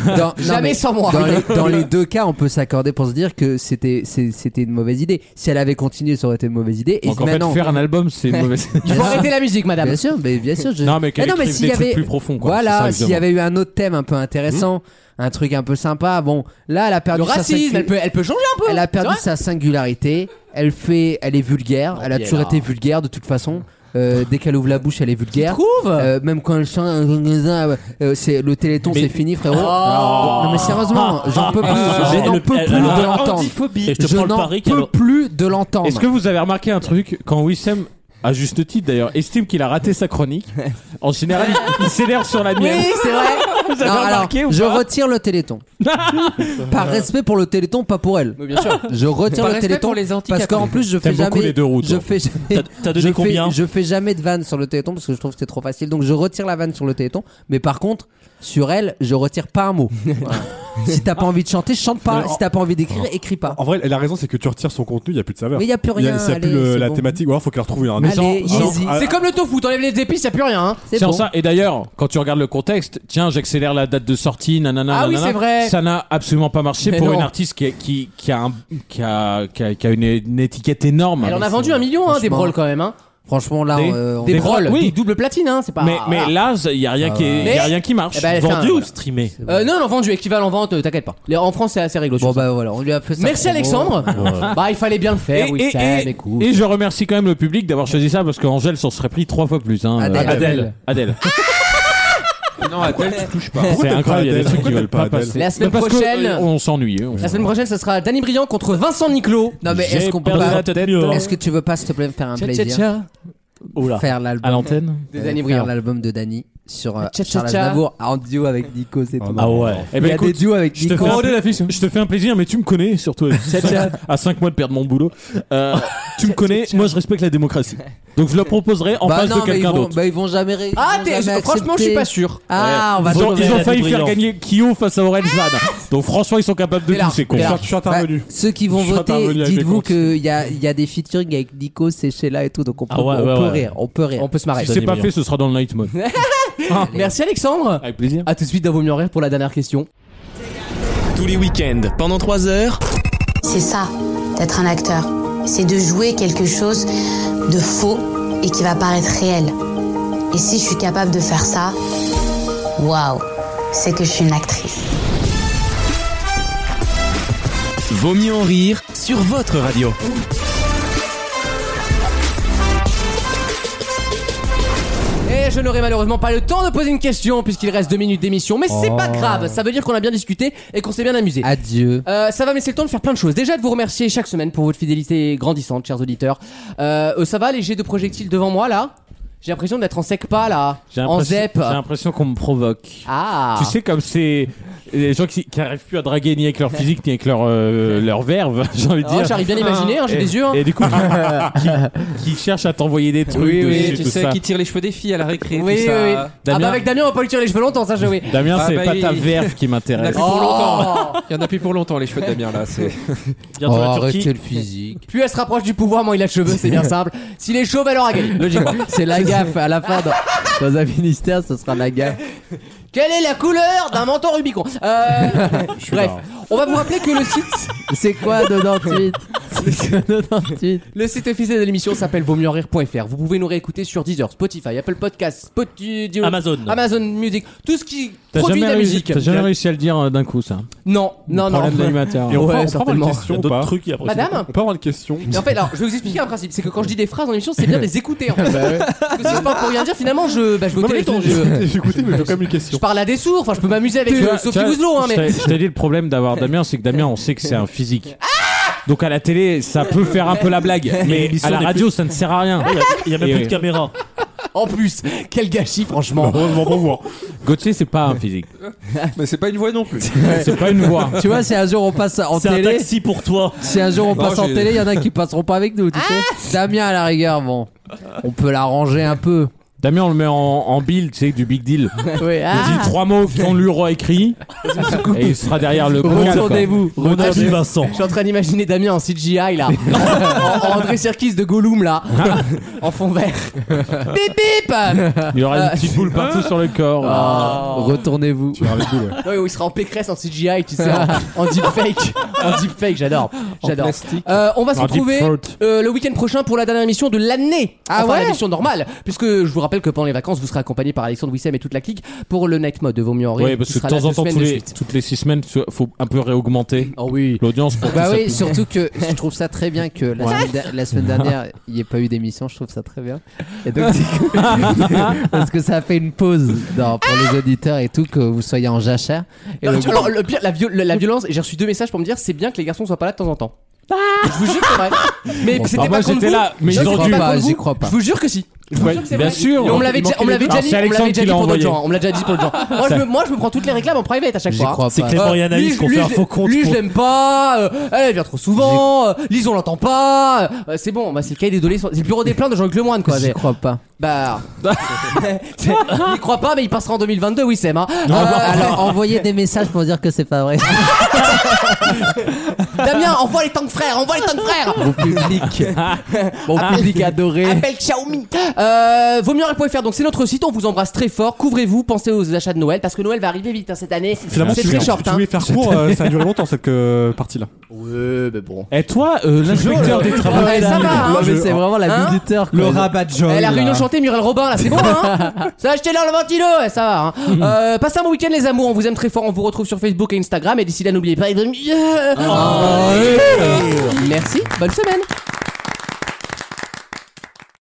[SPEAKER 7] Dans- non,
[SPEAKER 2] Jamais
[SPEAKER 7] mais
[SPEAKER 2] sans moi.
[SPEAKER 7] Dans les, dans les deux cas, on peut s'accorder pour se dire que c'était c'est- c'était une mauvaise idée. Si elle avait continué, ça aurait été une mauvaise idée. Et
[SPEAKER 3] Donc en fait,
[SPEAKER 7] maintenant,
[SPEAKER 3] faire un album, c'est mauvais.
[SPEAKER 2] Il faut arrêter la musique, madame.
[SPEAKER 7] bien sûr, mais bien sûr. je-
[SPEAKER 3] Non, mais qu'elle
[SPEAKER 7] non, mais
[SPEAKER 3] écrive
[SPEAKER 7] s'il y
[SPEAKER 3] des trucs
[SPEAKER 7] avait-
[SPEAKER 3] plus profonds, quoi. C'est ça
[SPEAKER 7] voilà,
[SPEAKER 3] que je
[SPEAKER 7] s'il y
[SPEAKER 3] demande.
[SPEAKER 7] avait eu un autre thème un peu intéressant, un truc un peu sympa. Bon, là, elle a perdu
[SPEAKER 2] Le
[SPEAKER 7] sa
[SPEAKER 2] racisme,
[SPEAKER 7] singu-
[SPEAKER 2] elle peut, elle peut changer un peu.
[SPEAKER 7] elle a perdu
[SPEAKER 2] C'est vrai
[SPEAKER 7] sa singularité. Elle fait, elle est vulgaire. elle a
[SPEAKER 2] puis
[SPEAKER 7] toujours
[SPEAKER 2] elle a-
[SPEAKER 7] été vulgaire de toute façon. Euh, dès qu'elle ouvre la bouche, elle est
[SPEAKER 2] Tu
[SPEAKER 7] vulgaire.
[SPEAKER 2] trouves
[SPEAKER 7] Euh, même quand elle chante, euh, euh, c'est le Téléthon,
[SPEAKER 3] Mais-
[SPEAKER 7] c'est fini, frérot.
[SPEAKER 2] Oh.
[SPEAKER 7] Non mais sérieusement, j'en peux plus,
[SPEAKER 4] Ah.
[SPEAKER 7] je n'en
[SPEAKER 4] Elle-
[SPEAKER 7] peux
[SPEAKER 4] elle-
[SPEAKER 7] plus
[SPEAKER 4] elle-
[SPEAKER 7] de
[SPEAKER 4] elle-
[SPEAKER 7] l'entendre.
[SPEAKER 4] antiphobie. Et je te
[SPEAKER 7] Je
[SPEAKER 4] prends le
[SPEAKER 7] n'en
[SPEAKER 4] pari qu'elle-
[SPEAKER 7] peux plus de l'entendre.
[SPEAKER 3] Est-ce que vous avez remarqué un truc quand Wissem à juste titre d'ailleurs, estime qu'il a raté sa chronique. En général, il- il s'énerve sur la
[SPEAKER 7] Oui,
[SPEAKER 3] mienne.
[SPEAKER 7] c'est
[SPEAKER 3] Vous
[SPEAKER 7] vrai.
[SPEAKER 3] avez
[SPEAKER 7] Non, alors,
[SPEAKER 3] remarqué ou
[SPEAKER 7] je
[SPEAKER 3] pas
[SPEAKER 7] retire le téléthon. Par respect pour le téléthon, pas pour elle.
[SPEAKER 2] Oui, bien sûr.
[SPEAKER 7] Je retire
[SPEAKER 2] Par
[SPEAKER 7] le
[SPEAKER 2] respect
[SPEAKER 7] téléthon
[SPEAKER 2] pour les
[SPEAKER 7] parce
[SPEAKER 2] handicapés.
[SPEAKER 7] qu'en plus, je fais
[SPEAKER 2] T'aimes beaucoup
[SPEAKER 7] jamais.
[SPEAKER 2] les deux routes,
[SPEAKER 7] je
[SPEAKER 2] hein.
[SPEAKER 7] fais jamais.
[SPEAKER 4] t'as donné
[SPEAKER 7] je fais-
[SPEAKER 4] combien
[SPEAKER 7] Je fais jamais de vanne sur le téléthon parce que je trouve que c'est trop facile. Donc, je retire la vanne sur le téléthon. Mais par contre, sur elle, je retire pas un mot. Voilà. si t'as pas envie de chanter, chante pas.
[SPEAKER 5] Mais en-
[SPEAKER 7] Si t'as pas envie d'écrire, écris pas.
[SPEAKER 5] En vrai, la raison, c'est que tu retires son contenu, il n'y a plus de saveur.
[SPEAKER 7] Mais il y a plus
[SPEAKER 5] Il y a,
[SPEAKER 7] rien,
[SPEAKER 5] s'il y a plus
[SPEAKER 7] allez,
[SPEAKER 5] le-
[SPEAKER 7] c'est
[SPEAKER 5] la
[SPEAKER 7] bon.
[SPEAKER 5] thématique, ou alors faut qu'il retrouve un
[SPEAKER 7] Allez,
[SPEAKER 5] sans-
[SPEAKER 7] easy.
[SPEAKER 5] ah,
[SPEAKER 2] C'est comme le tofu, t'enlèves les épices, y'a plus rien.
[SPEAKER 7] Ah,
[SPEAKER 2] hein.
[SPEAKER 3] C'est en ça. Et d'ailleurs, quand tu regardes le contexte, tiens, j'accélère la date de sortie, nanana,
[SPEAKER 2] Ah oui,
[SPEAKER 3] nanana,
[SPEAKER 2] c'est vrai.
[SPEAKER 3] Ça n'a absolument pas marché
[SPEAKER 2] Mais
[SPEAKER 3] pour
[SPEAKER 2] non.
[SPEAKER 3] une artiste qui, est- qui, qui a, un- qui, a, qui a- qui a une, une étiquette énorme.
[SPEAKER 2] Elle en a vendu un million, hein, des
[SPEAKER 3] Franchement.
[SPEAKER 2] broles quand même. Hein.
[SPEAKER 7] Franchement, là,
[SPEAKER 3] Des-
[SPEAKER 7] euh, on-
[SPEAKER 2] Des
[SPEAKER 3] Des
[SPEAKER 2] broles,
[SPEAKER 3] broles, oui.
[SPEAKER 2] dou- double platine, hein, c'est pas.
[SPEAKER 3] Mais, mais
[SPEAKER 2] voilà.
[SPEAKER 3] là, il n'y a, rien qui est- y a
[SPEAKER 2] Mais-
[SPEAKER 3] rien qui marche.
[SPEAKER 2] Eh ben, elle fait
[SPEAKER 3] Vendu
[SPEAKER 2] un-
[SPEAKER 3] ou
[SPEAKER 2] voilà.
[SPEAKER 3] streamé
[SPEAKER 2] Euh, non, non, vendu, équivalent vente, euh, t'inquiète pas. Les- En France, c'est assez réglo.
[SPEAKER 7] Bon, bah voilà, on lui a fait ça.
[SPEAKER 2] Merci Alexandre. Bah, il fallait bien le faire.
[SPEAKER 3] Et,
[SPEAKER 2] oui,
[SPEAKER 3] et-
[SPEAKER 2] ça,
[SPEAKER 3] et-
[SPEAKER 2] mais cool.
[SPEAKER 3] et je remercie quand même le public d'avoir choisi ça parce qu'Angèle s'en serait pris trois fois plus. hein.
[SPEAKER 2] Adèle.
[SPEAKER 3] Euh, Adèle. Adèle.
[SPEAKER 6] Non, à tel, tu touches pas.
[SPEAKER 3] C'est
[SPEAKER 5] t'aimes pas
[SPEAKER 3] incroyable, il y a des
[SPEAKER 5] Adèle
[SPEAKER 3] trucs qui
[SPEAKER 5] Pourquoi
[SPEAKER 3] veulent pas
[SPEAKER 5] t'aimes pas
[SPEAKER 3] passer.
[SPEAKER 5] Adèle
[SPEAKER 2] La semaine
[SPEAKER 3] Mais parce que,
[SPEAKER 2] prochaine-
[SPEAKER 3] euh, On s'ennuie. euh, on-
[SPEAKER 2] La semaine prochaine, ça sera Danny Briand contre Vincent Niclot.
[SPEAKER 7] Non, mais
[SPEAKER 3] J'ai
[SPEAKER 7] est-ce qu'on peut
[SPEAKER 3] perdu la
[SPEAKER 7] pas.
[SPEAKER 3] tête mieux, hein.
[SPEAKER 7] Est-ce que tu veux pas, s'il te plaît, me faire un
[SPEAKER 2] Tcha, tcha,
[SPEAKER 7] plaisir
[SPEAKER 2] tcha.
[SPEAKER 3] Oula.
[SPEAKER 7] Faire
[SPEAKER 3] À
[SPEAKER 7] l'album.
[SPEAKER 3] l'antenne
[SPEAKER 2] Des
[SPEAKER 7] euh,
[SPEAKER 2] Danny
[SPEAKER 7] faire
[SPEAKER 2] Briand.
[SPEAKER 7] l'album de Dany sur euh,
[SPEAKER 2] Tcha, tcha,
[SPEAKER 7] Charles
[SPEAKER 2] tcha.
[SPEAKER 7] Aznavour en duo avec Nico, c'est tout.
[SPEAKER 3] Ah ouais. Eh ben,
[SPEAKER 7] Il y a
[SPEAKER 3] écoute,
[SPEAKER 7] des duos avec
[SPEAKER 3] je te,
[SPEAKER 7] Nico.
[SPEAKER 3] fais un, je te fais un plaisir, mais tu me connais surtout. à 5 mois de perdre mon boulot. Euh, tu me connais, moi je respecte la démocratie. Donc je le proposerai en
[SPEAKER 7] Bah
[SPEAKER 3] face
[SPEAKER 7] non,
[SPEAKER 3] de
[SPEAKER 7] mais ils
[SPEAKER 3] quelqu'un
[SPEAKER 7] vont-
[SPEAKER 3] d'autre.
[SPEAKER 7] Bah ils vont jamais. ré-
[SPEAKER 2] Ah,
[SPEAKER 7] ils vont
[SPEAKER 2] t'es-
[SPEAKER 7] jamais
[SPEAKER 2] franchement, je suis
[SPEAKER 7] accepter.
[SPEAKER 2] pas sûr.
[SPEAKER 7] Ah, on va
[SPEAKER 3] ils ont,
[SPEAKER 7] trouver.
[SPEAKER 3] ils ont failli
[SPEAKER 4] Adèle
[SPEAKER 3] faire
[SPEAKER 4] Brillant.
[SPEAKER 3] gagner Kyo face à Aurel
[SPEAKER 7] Ah.
[SPEAKER 3] Zan. Donc franchement, ils sont capables de
[SPEAKER 2] T'es là,
[SPEAKER 3] tout, ces cons.
[SPEAKER 7] t'es là.
[SPEAKER 5] Je suis intervenu.
[SPEAKER 7] Bah, ceux qui vont
[SPEAKER 5] Je suis intervenu
[SPEAKER 7] voter,
[SPEAKER 5] avec mes
[SPEAKER 7] dites-vous
[SPEAKER 5] comptes.
[SPEAKER 7] qu'il y a, il y a des featuring avec Nico, c'est Sheila et tout, donc on peut,
[SPEAKER 3] Ah ouais,
[SPEAKER 7] on
[SPEAKER 3] ouais,
[SPEAKER 7] peut
[SPEAKER 3] ouais.
[SPEAKER 7] rire, on peut rire.
[SPEAKER 2] On peut se marrer.
[SPEAKER 3] Si c'est pas fait, ce sera dans le night mode.
[SPEAKER 2] Merci Alexandre.
[SPEAKER 3] Avec plaisir.
[SPEAKER 2] À tout de suite dans Vaut mieux en rire pour la dernière question.
[SPEAKER 1] Tous les week-ends, pendant 3 heures.
[SPEAKER 13] C'est ça, d'être un acteur. C'est de jouer quelque chose de faux et qui va paraître réel. Et si je suis capable de faire ça, waouh, c'est que je suis une actrice.
[SPEAKER 1] Vaut mieux en rire sur votre radio.
[SPEAKER 2] Et je n'aurai malheureusement pas le temps de poser une question puisqu'il reste deux minutes d'émission, mais c'est pas grave. Ça veut dire qu'on a bien discuté et qu'on s'est bien amusé.
[SPEAKER 7] Adieu.
[SPEAKER 2] Euh, ça va me laisser le temps de faire plein de choses. Déjà de vous remercier chaque semaine pour votre fidélité grandissante, chers auditeurs. Euh, euh, ça va les jets de projectiles devant moi là J'ai l'impression d'être en sec pas là,
[SPEAKER 3] J'ai
[SPEAKER 2] en
[SPEAKER 3] l'impression-
[SPEAKER 2] zep.
[SPEAKER 3] j'ai l'impression qu'on me provoque.
[SPEAKER 2] Ah.
[SPEAKER 3] Tu sais, comme c'est les gens qui, qui arrivent plus à draguer ni avec leur physique ni avec leur, euh, leur verve, j'ai envie de
[SPEAKER 2] Ah,
[SPEAKER 3] dire.
[SPEAKER 2] J'arrive bien à imaginer, hein, j'ai
[SPEAKER 3] et,
[SPEAKER 2] des yeux. hein.
[SPEAKER 3] Eh, Et du coup, qui, qui cherchent à t'envoyer des trucs.
[SPEAKER 6] Oui,
[SPEAKER 3] dessus,
[SPEAKER 6] oui, tu
[SPEAKER 3] tout
[SPEAKER 6] sais,
[SPEAKER 3] ça.
[SPEAKER 6] qui tire les cheveux des filles à la récré,
[SPEAKER 2] Oui,
[SPEAKER 6] tout
[SPEAKER 2] oui,
[SPEAKER 6] ça.
[SPEAKER 2] oui. Ah bah
[SPEAKER 3] Damien- Oh.
[SPEAKER 2] avec Damien, on va pas lui tirer les cheveux longtemps, ça, je oui.
[SPEAKER 3] Damien,
[SPEAKER 6] Ah
[SPEAKER 3] c'est
[SPEAKER 6] bah,
[SPEAKER 3] pas ta
[SPEAKER 6] il-
[SPEAKER 3] verve qui m'intéresse.
[SPEAKER 6] Il y en a plus pour
[SPEAKER 2] Oh.
[SPEAKER 6] longtemps. Il y en a plus pour longtemps, les cheveux de Damien, là. C'est...
[SPEAKER 3] Bientôt la Turquie.
[SPEAKER 7] Oh, arrêtez le physique.
[SPEAKER 2] Plus elle se rapproche du pouvoir, moins il a de cheveux, c'est bien simple. S'il est chauve, elle aura gagné. Logiquement.
[SPEAKER 7] C'est la gaffe, à la fin, dans, dans un ministère, ce sera la gaffe.
[SPEAKER 2] Quelle est la couleur d'un menton Rubicon Euh, Bref, on va vous rappeler que le site,
[SPEAKER 7] C'est quoi 98 C'est quoi 98
[SPEAKER 2] le site officiel de l'émission s'appelle vaumieurrire.fr. Vous pouvez nous réécouter sur Deezer, Spotify, Apple Podcasts, Spotify,
[SPEAKER 4] Amazon.
[SPEAKER 2] Amazon Music, tout ce qui
[SPEAKER 3] T'as
[SPEAKER 2] produit de
[SPEAKER 3] jamais,
[SPEAKER 2] la
[SPEAKER 3] réussi-
[SPEAKER 2] musique.
[SPEAKER 3] t'as jamais réussi à le dire euh, d'un coup, ça.
[SPEAKER 2] Non, non, non.
[SPEAKER 3] Problème d'animateur.
[SPEAKER 5] Et on
[SPEAKER 2] Ouais,
[SPEAKER 5] peut- on peut
[SPEAKER 2] certainement.
[SPEAKER 5] avoir une question
[SPEAKER 4] Il y a
[SPEAKER 5] ou
[SPEAKER 4] d'autres
[SPEAKER 5] pas
[SPEAKER 4] trucs, il y a après.
[SPEAKER 2] Madame
[SPEAKER 5] On peut avoir une question
[SPEAKER 2] Mais en fait, alors, je vais vous expliquer un principe. C'est que quand je dis des phrases en émission, c'est bien de les écouter. En fait. Parce que si je parle pour rien dire, finalement, je, bah, je vais au
[SPEAKER 5] Bah Non, mais
[SPEAKER 2] téléthon,
[SPEAKER 5] j'ai-
[SPEAKER 2] je-
[SPEAKER 5] j'ai- J'ai écouté, mais j'ai quand même une question.
[SPEAKER 2] Je parle à des sourds, enfin je peux m'amuser avec euh,
[SPEAKER 3] vois,
[SPEAKER 2] Sophie
[SPEAKER 3] tu vois,
[SPEAKER 2] Gouzlot, hein,
[SPEAKER 3] je
[SPEAKER 2] mais.
[SPEAKER 3] t'ai- Je t'ai dit, le problème d'avoir Damien, c'est que Damien, on sait que c'est un physique. Donc à la télé, ça peut faire un peu la blague, mais
[SPEAKER 4] l'émission
[SPEAKER 3] à la
[SPEAKER 4] n'est
[SPEAKER 3] radio, ça ne sert à rien.
[SPEAKER 4] Il y a- Il
[SPEAKER 5] Eh
[SPEAKER 4] y a même
[SPEAKER 3] Et
[SPEAKER 4] plus de
[SPEAKER 3] oui.
[SPEAKER 4] caméra.
[SPEAKER 2] En plus, quel gâchis, franchement.
[SPEAKER 5] Heureusement pour moi.
[SPEAKER 3] Gauthier, c'est pas un physique.
[SPEAKER 6] Mais c'est pas une voix non plus.
[SPEAKER 3] C'est pas une voix.
[SPEAKER 7] Tu vois, si un jour on passe en
[SPEAKER 4] C'est un
[SPEAKER 7] télé,
[SPEAKER 4] taxi pour toi.
[SPEAKER 7] si un jour on passe en
[SPEAKER 6] j'ai-
[SPEAKER 7] télé, il y en a qui passeront pas avec nous, tu sais. Damien, à la rigueur, bon, on peut l'arranger un peu.
[SPEAKER 3] Damien, on le met en, en build, tu sais, du big deal.
[SPEAKER 7] Oui,
[SPEAKER 3] Il
[SPEAKER 2] Ah.
[SPEAKER 3] dit trois mots qu'on lui aura écrit et il sera derrière le bocal, quoi.
[SPEAKER 2] Retournez-vous.
[SPEAKER 4] Mon
[SPEAKER 2] Ah,
[SPEAKER 4] ami
[SPEAKER 2] je-
[SPEAKER 4] Vincent.
[SPEAKER 2] Je suis en train d'imaginer Damien en CGI là, en, en André Serkis de Gollum là, en fond vert. Bip bip
[SPEAKER 3] Il y aura une petite boule partout sur le corps. Ah.
[SPEAKER 2] Oh.
[SPEAKER 7] Retournez-vous.
[SPEAKER 5] Tu verras avec nous, ouais.
[SPEAKER 2] Ouais, où il sera en pécresse en CGI, tu sais, en, en deepfake. En deepfake, j'adore. J'adore. Euh, on va se
[SPEAKER 3] En deep
[SPEAKER 2] retrouver
[SPEAKER 3] throat.
[SPEAKER 2] euh, le week-end prochain pour la dernière émission de l'année.
[SPEAKER 7] Ah
[SPEAKER 2] enfin,
[SPEAKER 7] ouais
[SPEAKER 2] l'émission normale. Puisque je vous rappelle que pendant les vacances, vous serez accompagné par Alexandre Wissem et toute la clique pour le night mode de Vaut mieux en rire.
[SPEAKER 3] Oui, parce
[SPEAKER 2] qui
[SPEAKER 3] que de
[SPEAKER 2] sera là
[SPEAKER 3] temps en
[SPEAKER 2] deux
[SPEAKER 3] temps,
[SPEAKER 2] semaines
[SPEAKER 3] tous
[SPEAKER 2] de
[SPEAKER 3] les,
[SPEAKER 2] suite.
[SPEAKER 3] toutes les six semaines, tu- faut un peu réaugmenter
[SPEAKER 2] Oh oui.
[SPEAKER 3] l'audience pour
[SPEAKER 7] Bah
[SPEAKER 3] que
[SPEAKER 7] oui,
[SPEAKER 3] ça
[SPEAKER 7] surtout que je trouve ça très bien que la, semaine, da- la semaine dernière, il n'y ait pas eu d'émission, je trouve ça très bien. Et donc, du coup- parce que ça a fait une pause dans- pour les auditeurs et tout, que vous soyez en jachère. Et
[SPEAKER 2] Alors,
[SPEAKER 7] donc-
[SPEAKER 2] alors, le pire, la, viol- la- la violence, j'ai reçu deux messages pour me dire c'est bien que les garçons soient pas là de temps en temps. Je vous jure que c'est vrai. Mais
[SPEAKER 3] Bon,
[SPEAKER 2] c'était
[SPEAKER 3] bah,
[SPEAKER 2] pas
[SPEAKER 3] moi,
[SPEAKER 2] contre
[SPEAKER 3] j'étais
[SPEAKER 2] vous.
[SPEAKER 3] là, mais
[SPEAKER 2] Je
[SPEAKER 3] ils
[SPEAKER 2] vous
[SPEAKER 3] ont
[SPEAKER 2] crois
[SPEAKER 3] dû.
[SPEAKER 2] pas
[SPEAKER 3] Bah,
[SPEAKER 2] contre
[SPEAKER 3] j'y
[SPEAKER 2] vous.
[SPEAKER 3] crois pas.
[SPEAKER 2] Je vous jure que si. Je vous
[SPEAKER 3] Ouais,
[SPEAKER 2] jure que c'est
[SPEAKER 3] bien
[SPEAKER 2] vrai.
[SPEAKER 3] sûr.
[SPEAKER 2] Et on me l'avait
[SPEAKER 3] Il
[SPEAKER 2] déjà, on me l'avait
[SPEAKER 3] manquait les
[SPEAKER 2] déjà
[SPEAKER 3] deux.
[SPEAKER 2] dit. on
[SPEAKER 3] C'est
[SPEAKER 2] me
[SPEAKER 3] Alexandre
[SPEAKER 2] l'avait
[SPEAKER 3] qui
[SPEAKER 2] déjà dit
[SPEAKER 3] l'a
[SPEAKER 2] pour d'autres
[SPEAKER 3] envoyé.
[SPEAKER 2] gens. On me l'a déjà dit pour d'autres gens. Moi, je
[SPEAKER 3] Ça-
[SPEAKER 2] me, moi, je me prends toutes les réclames en private à chaque
[SPEAKER 3] J'y
[SPEAKER 2] fois.
[SPEAKER 3] crois C'est pas.
[SPEAKER 4] Clément
[SPEAKER 2] Euh,
[SPEAKER 4] Yanaïs
[SPEAKER 2] lui,
[SPEAKER 4] qu'on
[SPEAKER 2] lui,
[SPEAKER 4] fait un
[SPEAKER 2] je-
[SPEAKER 4] faux compte
[SPEAKER 2] Lui, je
[SPEAKER 4] pour-
[SPEAKER 2] l'aime pas. euh, elle, elle vient trop souvent. euh, Lise, on l'entend pas. euh, C'est bon, bah, c'est le cahier des données. C'est le bureau des plaintes de Jean-Luc Lemoine, quoi.
[SPEAKER 7] J'y
[SPEAKER 2] C'est-
[SPEAKER 7] crois pas.
[SPEAKER 2] Bah. Il croit pas, mais il passera en 2022, oui, Sam. hein.
[SPEAKER 7] Euh,
[SPEAKER 2] Euh,
[SPEAKER 7] alors, envoyez des messages pour dire que c'est pas vrai.
[SPEAKER 2] Damien, envoie les tanks frères, envoie les tanks frères
[SPEAKER 7] Au public. Ah,
[SPEAKER 2] Bon
[SPEAKER 7] public
[SPEAKER 2] adoré. Appelle Xiaomi. Euh, vaut mieux rire.fr, donc c'est notre site, on vous embrasse très fort, couvrez-vous, pensez aux achats de Noël parce que Noël va arriver vite hein, cette année.
[SPEAKER 5] Finalement,
[SPEAKER 2] c'est
[SPEAKER 5] tu
[SPEAKER 2] très
[SPEAKER 5] voulais,
[SPEAKER 2] short.
[SPEAKER 5] tu
[SPEAKER 2] Hein.
[SPEAKER 5] voulais faire court, euh, ça a duré longtemps cette euh, partie-là.
[SPEAKER 2] Ouais, mais bon.
[SPEAKER 3] Et toi, euh, l'inspecteur des
[SPEAKER 7] Ah
[SPEAKER 3] travaux.
[SPEAKER 7] bah,
[SPEAKER 2] Ouais, ça va, hein.
[SPEAKER 7] mais c'est vraiment la
[SPEAKER 2] Hein
[SPEAKER 7] bulle du tort, quoi.
[SPEAKER 8] Le rabat de Joël,
[SPEAKER 2] Eh, la
[SPEAKER 8] là.
[SPEAKER 2] réunion chantée Muriel Robin là c'est bon hein Ça acheté dans le ventilo ouais, ça va hein.
[SPEAKER 7] Mm.
[SPEAKER 2] Euh, Passez un bon week-end les amours On vous aime très fort On vous retrouve sur Facebook
[SPEAKER 7] Ah,
[SPEAKER 2] et Instagram Et d'ici là n'oubliez pas les amis. Merci Bonne semaine